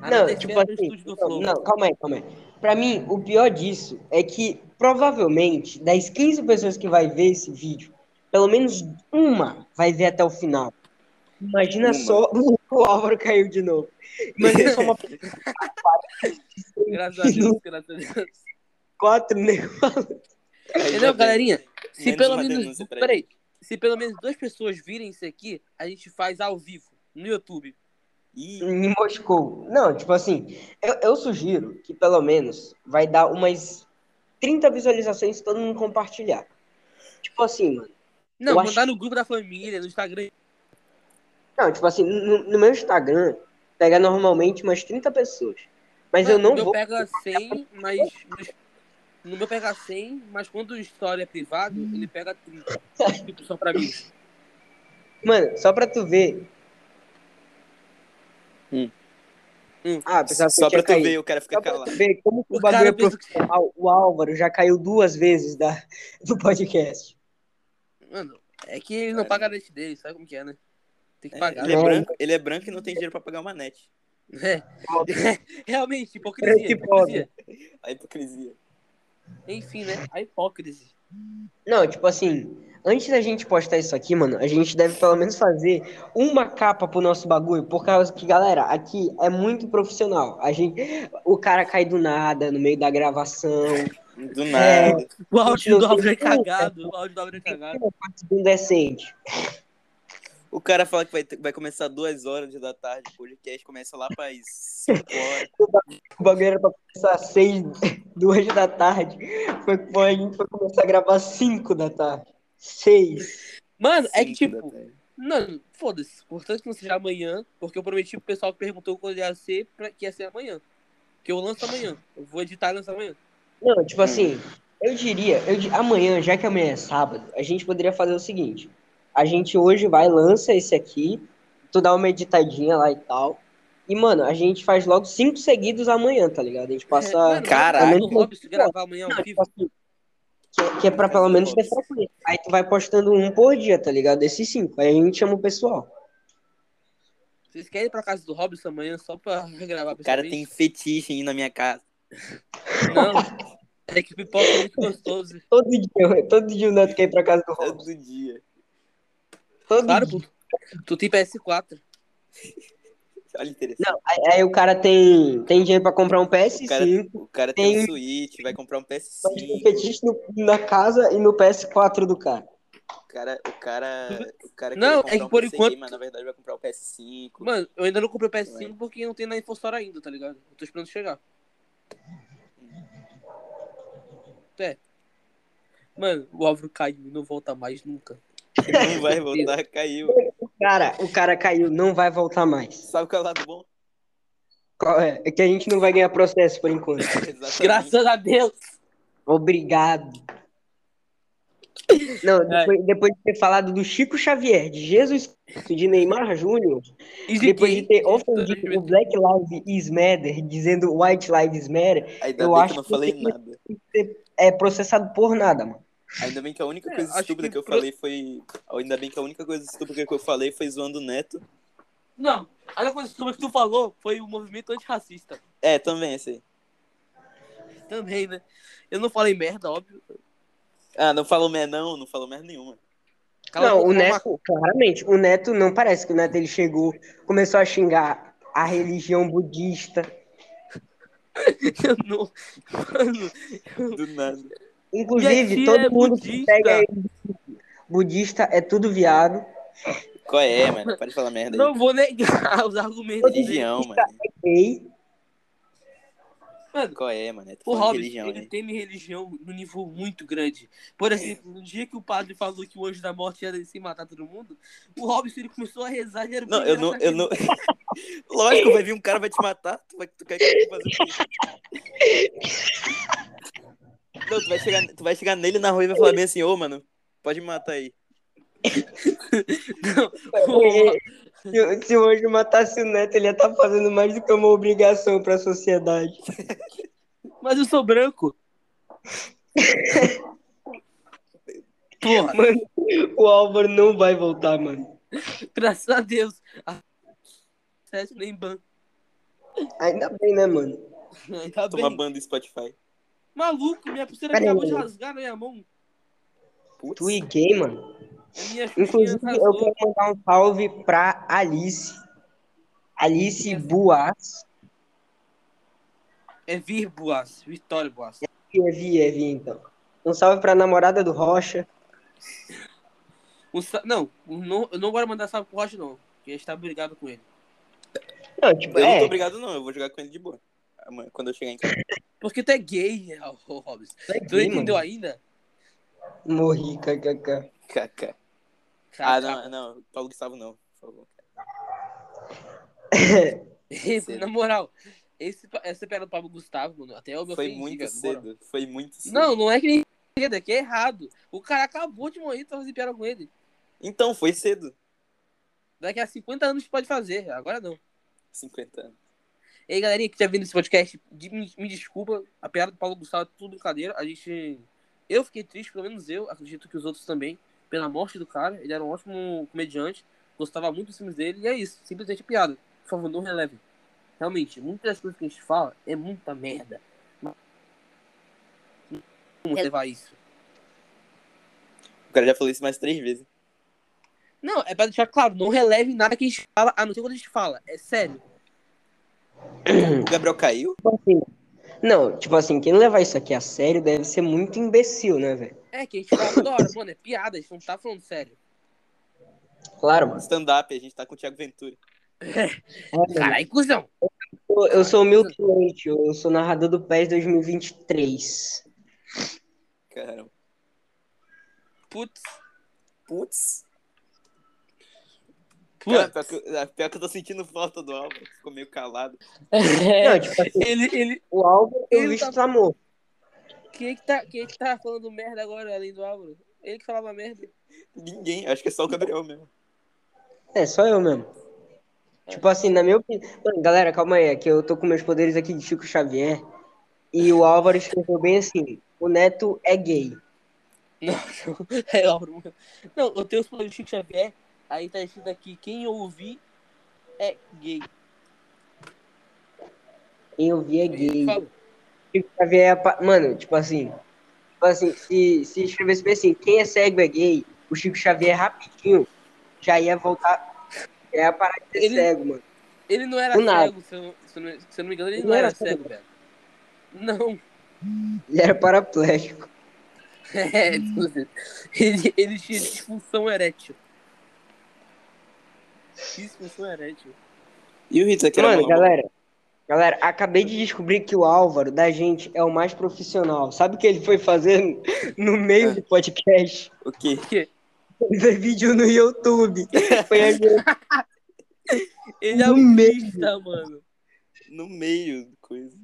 A: Aí na
D: Não,
A: terceira
D: tipo
A: era o
D: assim,
A: estúdio do
D: não,
A: Flow.
D: não, calma aí, calma aí. Pra mim, o pior disso é que provavelmente das 15 pessoas que vai ver esse vídeo, pelo menos uma vai ver até o final. Imagina
C: Uma.
D: só o Álvaro caiu de novo. Imagina só uma
A: Graças a Deus, graças a Deus.
D: quatro né? negros.
C: Aí já
A: Entendeu,
C: vem
A: galerinha? Se
C: menos
A: pelo
C: uma
A: menos.
C: denúncia pra
A: Peraí. Se pelo menos duas pessoas virem isso aqui, a gente faz ao vivo, no YouTube.
C: Ih,
D: em Moscou. Não, tipo assim, eu, eu sugiro que pelo menos vai dar umas 30 visualizações se todo mundo compartilhar. Tipo assim, mano.
A: Não,
D: Eu acho-
A: mandar no grupo da família, no Instagram.
D: Não, tipo assim, no, no meu Instagram pega normalmente umas 30 pessoas. Mas eu
A: Mano, no
D: não
A: meu
D: vou.
A: pega 100, mas. mas- No meu pega 100, mas quando o história é privado, ele pega 30. Tipo, só pra mim.
D: Mano, só pra tu ver.
C: Hum.
A: Hum.
D: Ah, pensava que
C: só
D: eu
C: pra
D: tinha
C: tu
D: caído.
C: ver, o cara fica
D: Só pra
C: calado.
D: tu ver como que o,
A: O
D: bagulho
A: cara
D: é
A: pensa que-
D: profissional. O Álvaro já caiu duas vezes da, do podcast.
A: Mano, é que ele não
C: Cara.
A: paga a net dele, sabe como que é, né? Tem que pagar.
C: Ele é,
D: Não.
C: branco, ele é branco e não tem dinheiro pra pagar uma net.
A: É. Realmente, hipocrisia,
D: Branco e
A: hipocrisia.
C: A hipocrisia.
A: Enfim, né? A hipócrise.
D: Não, tipo assim, antes da gente postar isso aqui, mano, a gente deve pelo menos fazer uma capa pro nosso bagulho, por causa que, galera, aqui é muito profissional. A gente, o cara cai do nada no meio da gravação,
C: Do nada.
A: O
D: áudio
A: áudio
D: do
A: do Álvaro
D: Álvaro é
A: é
D: cagado,
A: cagado. O áudio do Álvaro é cagado.
D: um decente.
C: O cara fala que vai, ter- vai começar duas horas da tarde. O podcast começa lá para as 5 horas.
D: O bagulho era pra começar às seis, duas da tarde. Foi, foi, a gente foi começar a gravar às cinco da tarde. Seis.
A: Mano, é que
C: cinco da
D: né?
A: tipo.
C: tarde.
A: Não, foda-se. Importante que não seja amanhã, porque eu prometi pro pessoal que perguntou quando ia ser, pra- que ia ser amanhã. Que eu lanço amanhã. Eu vou editar e lançar amanhã.
D: Não, tipo
C: Hum.
D: assim, eu diria, eu di- amanhã, já que amanhã é sábado, a gente poderia fazer o seguinte: a gente hoje vai, lança esse aqui, tu dá uma editadinha lá e tal. E, mano, a gente faz logo cinco seguidos amanhã, tá ligado? A gente passa.
A: É, Mano,
C: Caraca.
A: mano, o Robson gravar amanhã
D: Não,
A: ao vivo.
D: tipo assim, que, que é pra pelo menos ter frequência. Aí tu vai postando um por dia, tá ligado? Esses cinco. Aí a gente chama o pessoal.
A: Vocês querem ir pra casa do Robson amanhã só pra gravar
C: O cara tem fetiche aí na minha casa.
A: Não. É que pipoca é muito gostoso.
D: Todo dia, todo dia o Neto quer ir pra casa do Robson.
C: Todo dia.
D: Todo
A: Claro,
D: dia.
A: pô. Tu tem PS4.
C: Olha o interessante.
D: Não, aí, aí o cara tem, tem dinheiro pra comprar um PS5.
C: O cara, o cara tem,
D: Tem-
C: um Switch, vai comprar um
D: Mas tem
C: PS5.
D: fetiche no- na casa e no PS4 do cara.
C: O cara, o cara, o cara
A: Não,
C: queria
A: é que
C: comprar
A: por
C: um PC
A: enquanto-
C: mas na verdade vai comprar o PS5.
A: Mano, eu ainda não comprei o PS5 porque não tem na InfoStore ainda, tá ligado? Eu tô esperando chegar. É. Mano, o Álvaro caiu e não volta mais nunca.
C: Não vai voltar, caiu.
D: Cara, o cara caiu, não vai voltar mais.
C: Sabe qual é o lado bom?
D: Qual é? É que a gente não vai ganhar processo por enquanto.
C: Exatamente.
A: Graças a Deus!
D: Obrigado. Não,
A: É.
D: depois, depois de ter falado do Chico Xavier, de Jesus Cristo, de Neymar Júnior,
A: E
D: depois de ter ofendido
A: Exatamente.
D: o Black Lives Matter, dizendo White Lives Matter,
C: Ainda
D: Eu
C: bem
D: acho
C: que eu não
D: que
C: falei
D: tem-
C: nada.
D: é processado por nada, mano.
C: Ainda bem que a única
A: É,
C: coisa
A: acho
C: estúpida
A: que
C: que eu
A: pro-
C: falei foi. Ainda bem que a única coisa estúpida que eu falei foi zoando o neto.
A: Não, a única coisa que tu falou foi o movimento antirracista.
C: É, também, esse aí.
A: Também, né? Eu não falei merda, óbvio.
C: Ah, não falou merda, não, não falou merda nenhuma.
A: Cala a
D: não,
A: boca,
D: o
A: fala
D: Neto, claramente, o Neto não parece que o Neto ele chegou, começou a xingar a religião budista.
A: uma- Eu não. Mano,
C: Do nada.
D: Inclusive,
A: tia
D: todo
A: é
D: mundo que
A: budista.
D: pega ele, budista é tudo viado.
C: Qual é, mano? Para de falar merda aí.
A: não vou negar os argumentos dele.
C: Religião, mano.
D: Ei,
A: Mano,
C: Qual é, mano? Tu
A: o
C: falando
A: Hobbes,
C: religião, É.
A: ele
C: hein?
A: teme religião num nível muito grande. Por exemplo, no dia que o padre falou que o anjo da morte ia se matar todo mundo, o Hobbes, ele começou a rezar e era o
C: Não, eu não.
A: primeiro
C: Eu não... Lógico, vai vir um cara vai te matar. Tu, vai, tu quer que eu vou fazer o quê? Não, tu vai, chegar, tu vai chegar nele na rua e vai falar bem assim, ô, mano, pode me matar aí.
A: sacrifício.
D: Se, se o anjo matasse o Neto, ele ia estar fazendo mais do que uma obrigação para a sociedade.
A: Mas eu sou branco. Porra,
D: Mano, o Álvaro não vai voltar, mano.
A: graças a Deus. A- Sete nem ban.
D: Ainda bem, né, mano?
A: Ainda
C: Toma
A: bem.
C: banda do Spotify.
A: Maluco, minha pulseira
D: Pera aí,
A: acabou de
D: mano.
A: rasgar na minha mão.
C: Putz.
D: Tu e gay, mano.
A: A minha chuchinha
D: Inclusive, eu
A: rasgou.
D: quero mandar um salve pra Alice. Alice Buas.
A: É Vir Boas, Vitória Boas.
D: Evi, Evi, então. Um salve pra namorada do Rocha.
A: O Um sa- Não, o não, eu não vou mandar salve pro Rocha, não. Porque a gente tá brigado com ele.
D: Não, tipo,
C: Eu não
D: é.
C: tô obrigado, não. Eu vou jogar com ele de boa. Amanhã, Quando eu chegar em casa.
A: Porque tu é gay, ô, ô, Hobbs.
D: tu é
A: Tu não
D: gay,
A: entendeu
D: mano.
A: ainda?
D: Morri, kkk.
C: Kaká. Ah,
A: Caraca.
C: não, não. Paulo Gustavo, não. Por favor.
A: Na moral, esse, pa- essa pegada do Pablo Gustavo, mano, até eu me
C: Foi
A: ofendi,
C: muito
A: velho, na moral.
C: cedo. Foi muito cedo.
A: Não, não é que nem cedo, é que é errado. O cara acabou de morrer, tu vai fazer piada com ele.
C: Então, foi cedo.
A: Daqui a 50 anos tu pode fazer, agora não.
C: 50 anos.
A: E aí, galerinha que tá vindo esse podcast, de- me, me desculpa, a piada do Paulo Gustavo é tudo brincadeira. A gente. Eu fiquei triste, pelo menos eu, acredito que os outros também, pela morte do cara. Ele era um ótimo comediante, gostava muito dos filmes dele, e é isso, simplesmente piada. Por favor, não releve. Realmente, muitas das coisas que a gente fala é muita merda. Mas- Como levar isso?
C: O cara já falou isso mais três vezes.
A: Não, é pra deixar claro, não releve nada que a gente fala, a não ser quando a gente fala. É sério.
D: Hum.
C: O Gabriel caiu?
D: Não, tipo assim, quem levar isso aqui a sério deve ser muito imbecil, né, velho?
A: É que a gente fala toda hora, mano, é piada, a gente não tá falando sério.
D: Claro, mano.
C: Stand-up, a gente tá com o Thiago Ventura.
D: É, mano.
A: Caralho, cuzão.
D: Eu, eu sou o Milton Leite, eu sou narrador do PES 2023.
C: Caramba.
A: Putz,
C: Putz. Cara,
A: putz.
C: pior, que eu, ah, pior que eu tô sentindo falta do Álvaro. que Ficou meio calado.
A: É.
D: Não, tipo assim,
A: Ele, ele,
D: o Álvaro e o
A: Ele
D: Visto
A: tá-
D: Amor.
A: quem é que tá, quem é que tá falando merda agora, além do Álvaro? Ele que falava merda.
C: Ninguém. Acho que é só o Gabriel mesmo.
D: É, só eu mesmo. Tipo assim, na minha opinião. Mano, galera, calma aí, é que eu tô com meus poderes aqui de Chico Xavier. E o Álvaro escreveu bem assim: o Neto é gay.
A: Não, não, é Álvaro. Não, eu tenho os planos do Chico Xavier, aí tá escrito aqui, quem eu ouvi é gay.
D: Quem eu vi é
A: Ele
D: gay.
A: falou.
D: Chico Xavier é. a pa- Mano, tipo assim. Tipo assim, se, se escrevesse bem assim: quem é cego é gay, o Chico Xavier é rapidinho já ia voltar. Já ia parar de ser
A: Ele-
D: cego, mano.
A: Ele não era
D: Do nada.
A: cego, se eu, se, eu não, se eu não me engano, ele não, era, cego, velho. Não.
D: Ele era paraplégico.
A: É, tudo. ele, ele tinha disfunção erétil. Disfunção erétil.
C: E o Rita, que era
D: Mano,
C: uma-
D: galera, galera, acabei de descobrir que o Álvaro da gente é o mais profissional. Sabe o que ele foi fazer no meio do podcast?
C: O quê?
D: Ele fez vídeo no YouTube. Foi a gente
A: Ele é
D: No
A: autista, mano.
C: No meio, coisa.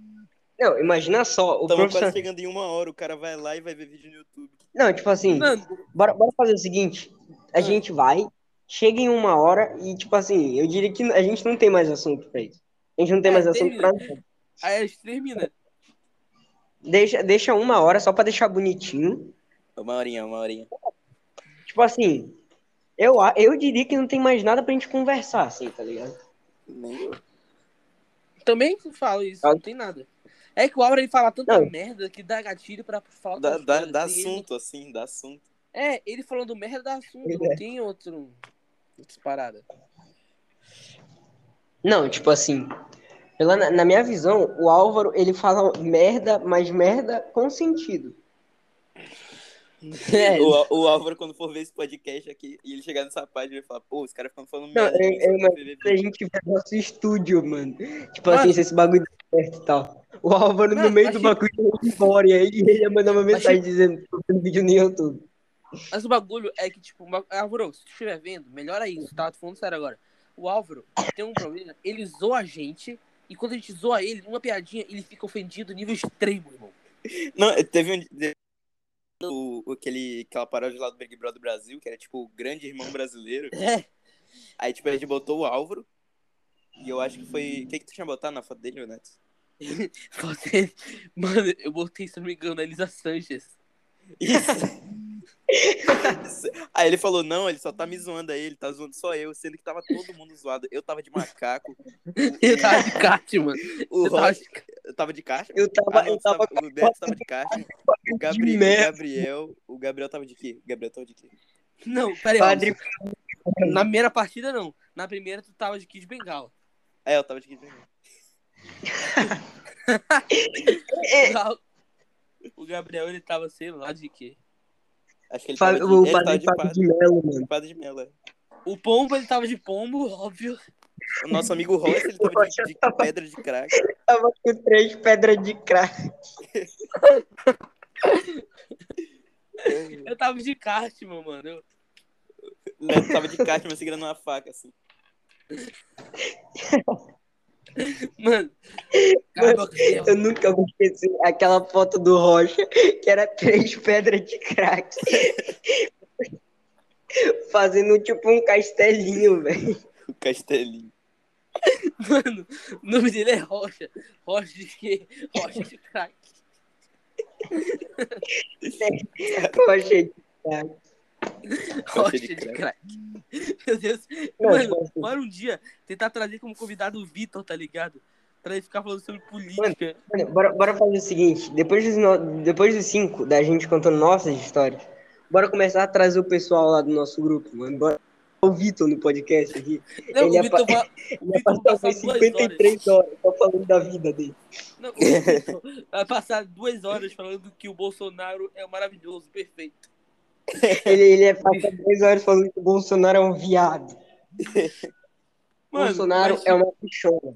D: Não, imagina só, o
C: Tava quase
D: profissional.
C: chegando em uma hora, o cara vai lá e vai ver vídeo no YouTube.
D: Não, tipo assim,
A: Mano,
D: bora, bora fazer o seguinte: a
A: Ah.
D: gente vai, chega em uma hora e, tipo assim, eu diria que a gente não tem mais assunto pra isso. A gente não tem
A: É,
D: mais
A: tem
D: assunto pra nada.
A: aí as termina.
D: Deixa, deixa uma hora só pra deixar bonitinho.
C: Uma horinha, uma horinha.
D: Tipo assim, eu, a- eu diria que não tem mais nada pra gente conversar, assim, tá ligado?
C: Nem-
A: Também falo isso,
D: Ah.
A: não tem nada. É que o Álvaro ele fala tanta
D: Não.
A: merda que dá gatilho pra falar
C: Dá,
A: outras
C: dá,
A: coisas.
C: dá
A: Ninguém-
C: assunto, assim, dá assunto.
A: É, ele falando merda dá assunto,
D: É.
A: não tem outro. Outras paradas.
D: Não, tipo assim, pela, na, na minha visão, o Álvaro, ele fala merda, mas merda com sentido.
A: É,
C: O, o Álvaro, quando for ver esse podcast aqui, e ele chegar nessa página, ele fala, pô, os caras ficam falando
D: Não,
C: merda. é
D: eu-
C: mas
D: eu
C: eu vou ver vídeo."
D: A gente vê nosso estúdio, mano. Tipo
A: Mano.
D: assim, se esse bagulho der certo e tal. O Álvaro,
A: Mano,
D: no meio
A: achei-
D: do bagulho, ele ia embora, e aí ele ia mandar uma mensagem dizendo tô fazendo vídeo no YouTube.
A: Mas o bagulho é que, tipo, o ba- Álvaro, se tu estiver vendo, melhora isso, tá? Tô falando sério agora. O Álvaro tem um problema, ele zoa a gente, e quando a gente zoa ele, numa piadinha, ele fica ofendido nível extremo, irmão.
C: Não, teve um. de- O, o- aquele, aquela paródia lá do Big Brother Brasil, que era tipo o grande irmão brasileiro.
A: É.
C: Aí, tipo, a gente botou o Álvaro. E eu acho que foi. O que, que tu tinha botado na foto dele, Renato?
A: Você- Mano, eu botei, se não me engano, a Elisa Sanches.
C: Isso. aí ele falou: Não, ele só tá me zoando aí, ele tá zoando só eu, sendo que tava todo mundo zoado. Eu tava de macaco,
A: Eu tava Tá de Kat, mano.
C: o
A: Eu tava
C: Rocha
A: de Kat.
C: tava de caixa.
D: Eu
C: Ah,
D: tava,
C: não,
D: eu
C: tu tava,
D: tava
C: o Neto tava de caixa. O Gabriel,
D: merda.
C: Gabriel. O Gabriel tava de quê? O Gabriel tava de quê?
A: Não, pera aí.
D: Padre-
A: Álvaro. Na primeira partida, não. Na primeira, tu tava de Kid Bengala.
C: É, eu tava de quê?
D: É.
A: O Al- O Gabriel, ele tava, sei lá, de quê?
C: Acho que ele tava de,
D: Fábio- o
C: ele tava
D: padre
C: de
D: Fábio
C: padre.
D: de Melo, mano.
C: Padre de Mela.
A: O Pombo, ele tava de Pombo, óbvio.
C: O nosso amigo Rocha, ele tava de, de pedra de crack.
D: Tava com três pedras de crack.
C: O
A: Eu tava de Cartman, mano. Eu-
C: Neto tava de caixa, mas segurando uma faca, assim.
A: Mano, acaba com o
D: Eu nunca vou esquecer aquela foto do Rocha, que era três pedras de crack. Fazendo tipo um castelinho, velho.
C: O castelinho.
A: Mano, o nome dele é Rocha. Rocha de quê? Rocha de crack.
D: Rocha de
A: Rocha
C: de
A: de
C: crack.
A: crack. Meu Deus.
D: Não,
A: Mano,
D: tipo assim,
A: bora um dia tentar trazer como convidado o Vitor, tá ligado? Pra ele ficar falando sobre política.
D: mano, bora, bora fazer o seguinte: depois dos, no- depois dos cinco, da gente contando nossas histórias, bora começar a trazer o pessoal lá do nosso grupo, mano. Bora o Vitor no podcast aqui.
A: Não, o
D: Ele é
A: Vitor
D: pa-
A: vai.
D: Ele
A: Vitor,
D: vai passar
A: passar
D: umas
A: duas
D: 53 horas só falando da vida dele.
A: Não, o Vitor vai passar duas horas falando que o Bolsonaro é maravilhoso, perfeito.
D: Ele, ele é passa duas horas falando que o Bolsonaro é um viado.
A: Mano,
D: Bolsonaro
A: mas
D: é uma pichona.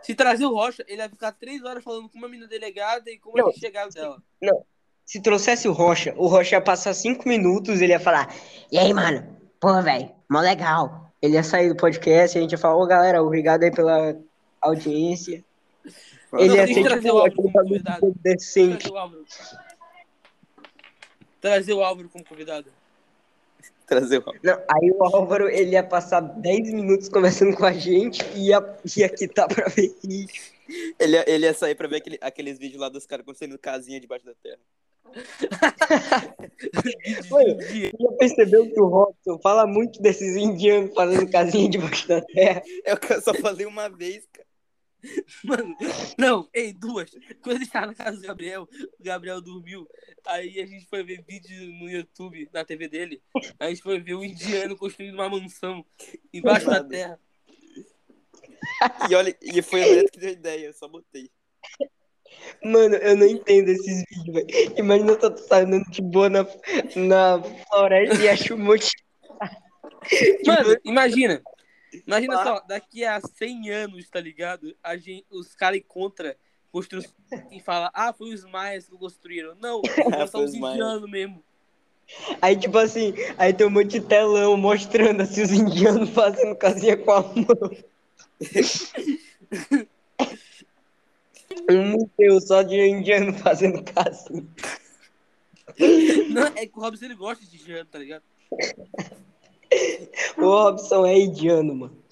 A: se trazer o Rocha, ele vai ficar três horas falando como a menina delegada e como
D: Não.
A: a gente chegava dela.
D: Se trouxesse o Rocha, o Rocha ia passar cinco minutos, ele ia falar: E aí, mano? Pô, velho, mó legal. Ele ia sair do podcast, a gente ia falar: Ô, galera, obrigado aí pela audiência. Ele
A: Não,
D: ia
A: tem
D: ser
A: que trazer o
D: tipo
A: Álvaro
D: aquele
A: como
D: bagulho
A: convidado.
D: decente.
A: Trazer o Álvaro. Trazer o Álvaro como convidado.
C: Trazer o
D: Não, aí o Álvaro, ele ia passar 10 minutos conversando com a gente e ia, ia quitar pra ver isso.
C: ele, ia- ele ia sair pra ver aquele- aqueles vídeos lá dos caras construindo casinha debaixo da terra.
D: Mano, Você já percebeu que o Robson fala muito desses indianos fazendo casinha debaixo da terra?
C: Eu ca- só falei uma vez, cara.
A: Mano, não, ei, duas. Quando a gente tava na casa do Gabriel, o Gabriel dormiu. Aí a gente foi ver vídeo no YouTube, na TV dele. Aí a gente foi ver um indiano construindo uma mansão embaixo da
C: Nada.
A: terra.
C: E olha, e foi o Neto que deu a ideia, eu só botei.
D: Mano, eu não entendo esses vídeos, velho. Imagina eu tô tô andando de boa na, na floresta e acho um monte de.
A: Mano, imagina. Imagina só, daqui a 100 anos, tá ligado? A gente, os caras contra construção e fala, ah, foi os maias que construíram. Não,
C: Foi
A: são
C: os
A: os
C: maias.
A: indianos mesmo.
D: Aí, tipo assim, aí tem um monte de telão mostrando assim os indianos fazendo casinha com a mão. um museu só de indiano fazendo casinha.
A: Não, é que o Robson ele gosta de indiano, tá ligado?
D: O Robson é indiano, mano.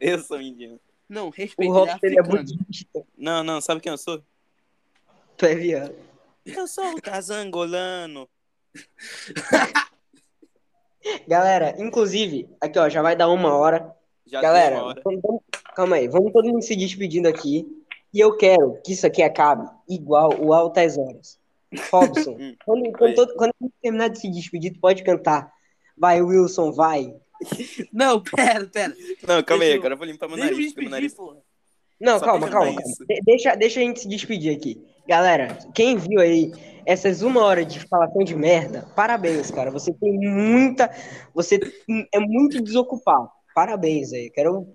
C: Eu sou um indiano.
A: Não, respeito,
D: O
A: ele é
D: Robson ele é
A: africano.
D: budista.
C: Não, não, sabe quem eu sou?
D: Tu é viado.
C: Eu sou o Tazangolano.
D: Galera, inclusive, aqui ó, já vai dar uma hora.
C: Já
D: Galera,
C: deu uma hora.
D: vamos- vamos- calma aí, vamos todo mundo se despedindo aqui. E eu quero que isso aqui acabe igual o Altas Horas. Robson,
C: Hum,
D: quando, quando
C: oi.
D: todo- quando a gente terminar de se despedir, tu pode cantar. Vai, Wilson, vai.
A: Não, pera, pera.
C: Não, calma aí,
A: Deixa eu-
C: agora eu vou limpar meu
A: Deixa eu me
C: nariz. Meu
A: despedir,
C: nariz.
A: porra.
D: Não,
C: Só
D: calma,
C: pra
D: calma.
C: cantar
D: calma.
C: isso.
D: De- deixa, deixa a gente se despedir aqui. Galera, quem viu aí essas uma hora de falação de merda, parabéns, cara. Você tem muita. Você é muito desocupado. Parabéns aí. Quero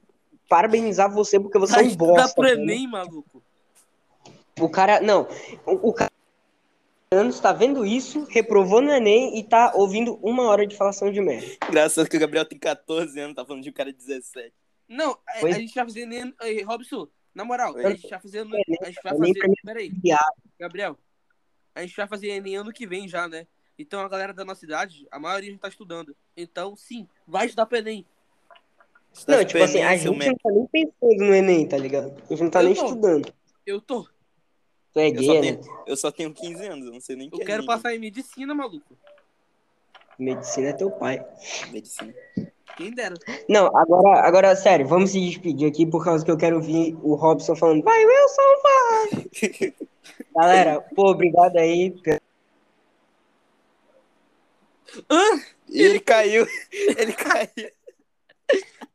D: parabenizar você porque você é um
A: Dá
D: bosta.
A: pro
D: cara.
A: Enem, maluco.
D: O cara. Não. O, o cara anos tá vendo isso, reprovou no Enem e tá ouvindo uma hora de falação de merda.
C: Graças a Deus tá que o Gabriel tem 14 anos, tá falando de um cara de 17.
A: Não, a,
D: Oi?
A: a gente vai fazer Enem. Ei, Robson, na moral,
C: Oi.
A: a gente vai fazer. ano- A gente vai
D: Enem pra mim
A: fazer. Pera aí,
D: Viado.
A: Gabriel. A gente vai fazer Enem ano que vem já, né? Então a galera da nossa idade, a maioria já tá estudando. Então, sim, vai estudar pro Enem.
C: Você tá
D: Não, tipo assim, a
C: experiência,
D: gente
C: o
D: não tá nem pensando no Enem, tá ligado? A gente não tá
A: Eu
D: nem
A: tô.
D: estudando.
A: Eu tô.
D: Tu é
C: Eu só,
D: gay, né?
C: tenho, eu só tenho 15 anos, eu não sei nem o
A: Eu
C: que é
A: quero
C: anime,
A: passar em medicina, maluco.
D: Medicina é teu pai.
C: medicina.
A: Quem dera.
D: Não, agora, agora, sério, vamos se despedir aqui por causa que eu quero ouvir o Robson falando. Vai, Wilson, vai! Galera, pô, obrigado aí.
C: E ele caiu, ele caiu.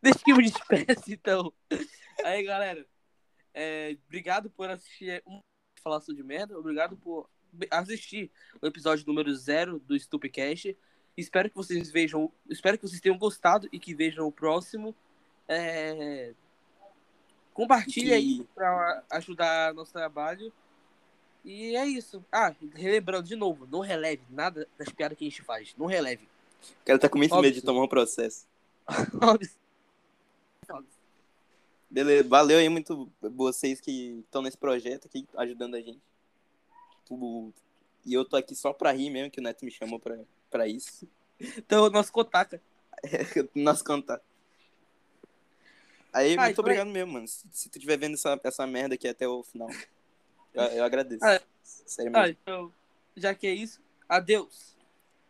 A: Deixa que eu me despeço, tipo então. Aí, galera. é, obrigado por assistir um falação de merda. Obrigado por assistir o episódio número zero do Stupcast. Espero que vocês vejam. Espero que vocês tenham gostado e que vejam o próximo. É, Compartilhe aí
C: E-
A: pra ajudar nosso trabalho. E é isso. Ah, relembrando de novo, não releve nada das piadas que a gente faz. Não releve.
C: O cara tá com muito medo de
A: Óbvio.
C: tomar um processo. Beleza, valeu aí muito vocês que estão nesse projeto aqui, ajudando a gente. Tudo- E eu tô aqui só pra rir mesmo, que o Neto me chamou pra, pra isso.
A: Então, nosso contato.
C: Nós cantar. Aí,
A: Ah,
C: muito
A: então é-
C: obrigado mesmo, mano. Se, se tu tiver vendo essa, essa merda aqui até o final, eu, eu agradeço.
A: Ah,
C: Sério
A: Ah,
C: mesmo.
A: então, já que é isso, adeus.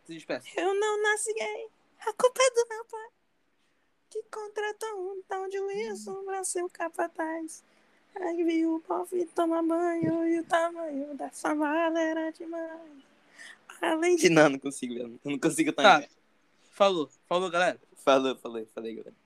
A: Se despeça.
F: Eu não nasci gay. A culpa é do meu pai. Que contratou um tal de Wilson pra ser o capataz. Aí vi o bofe tomar banho e o tamanho dessa mala era demais. Além de
C: Não, não consigo, velho. Eu não consigo estar.
A: Tá. Falou. Falou, galera.
C: Falou, falou, falei, galera.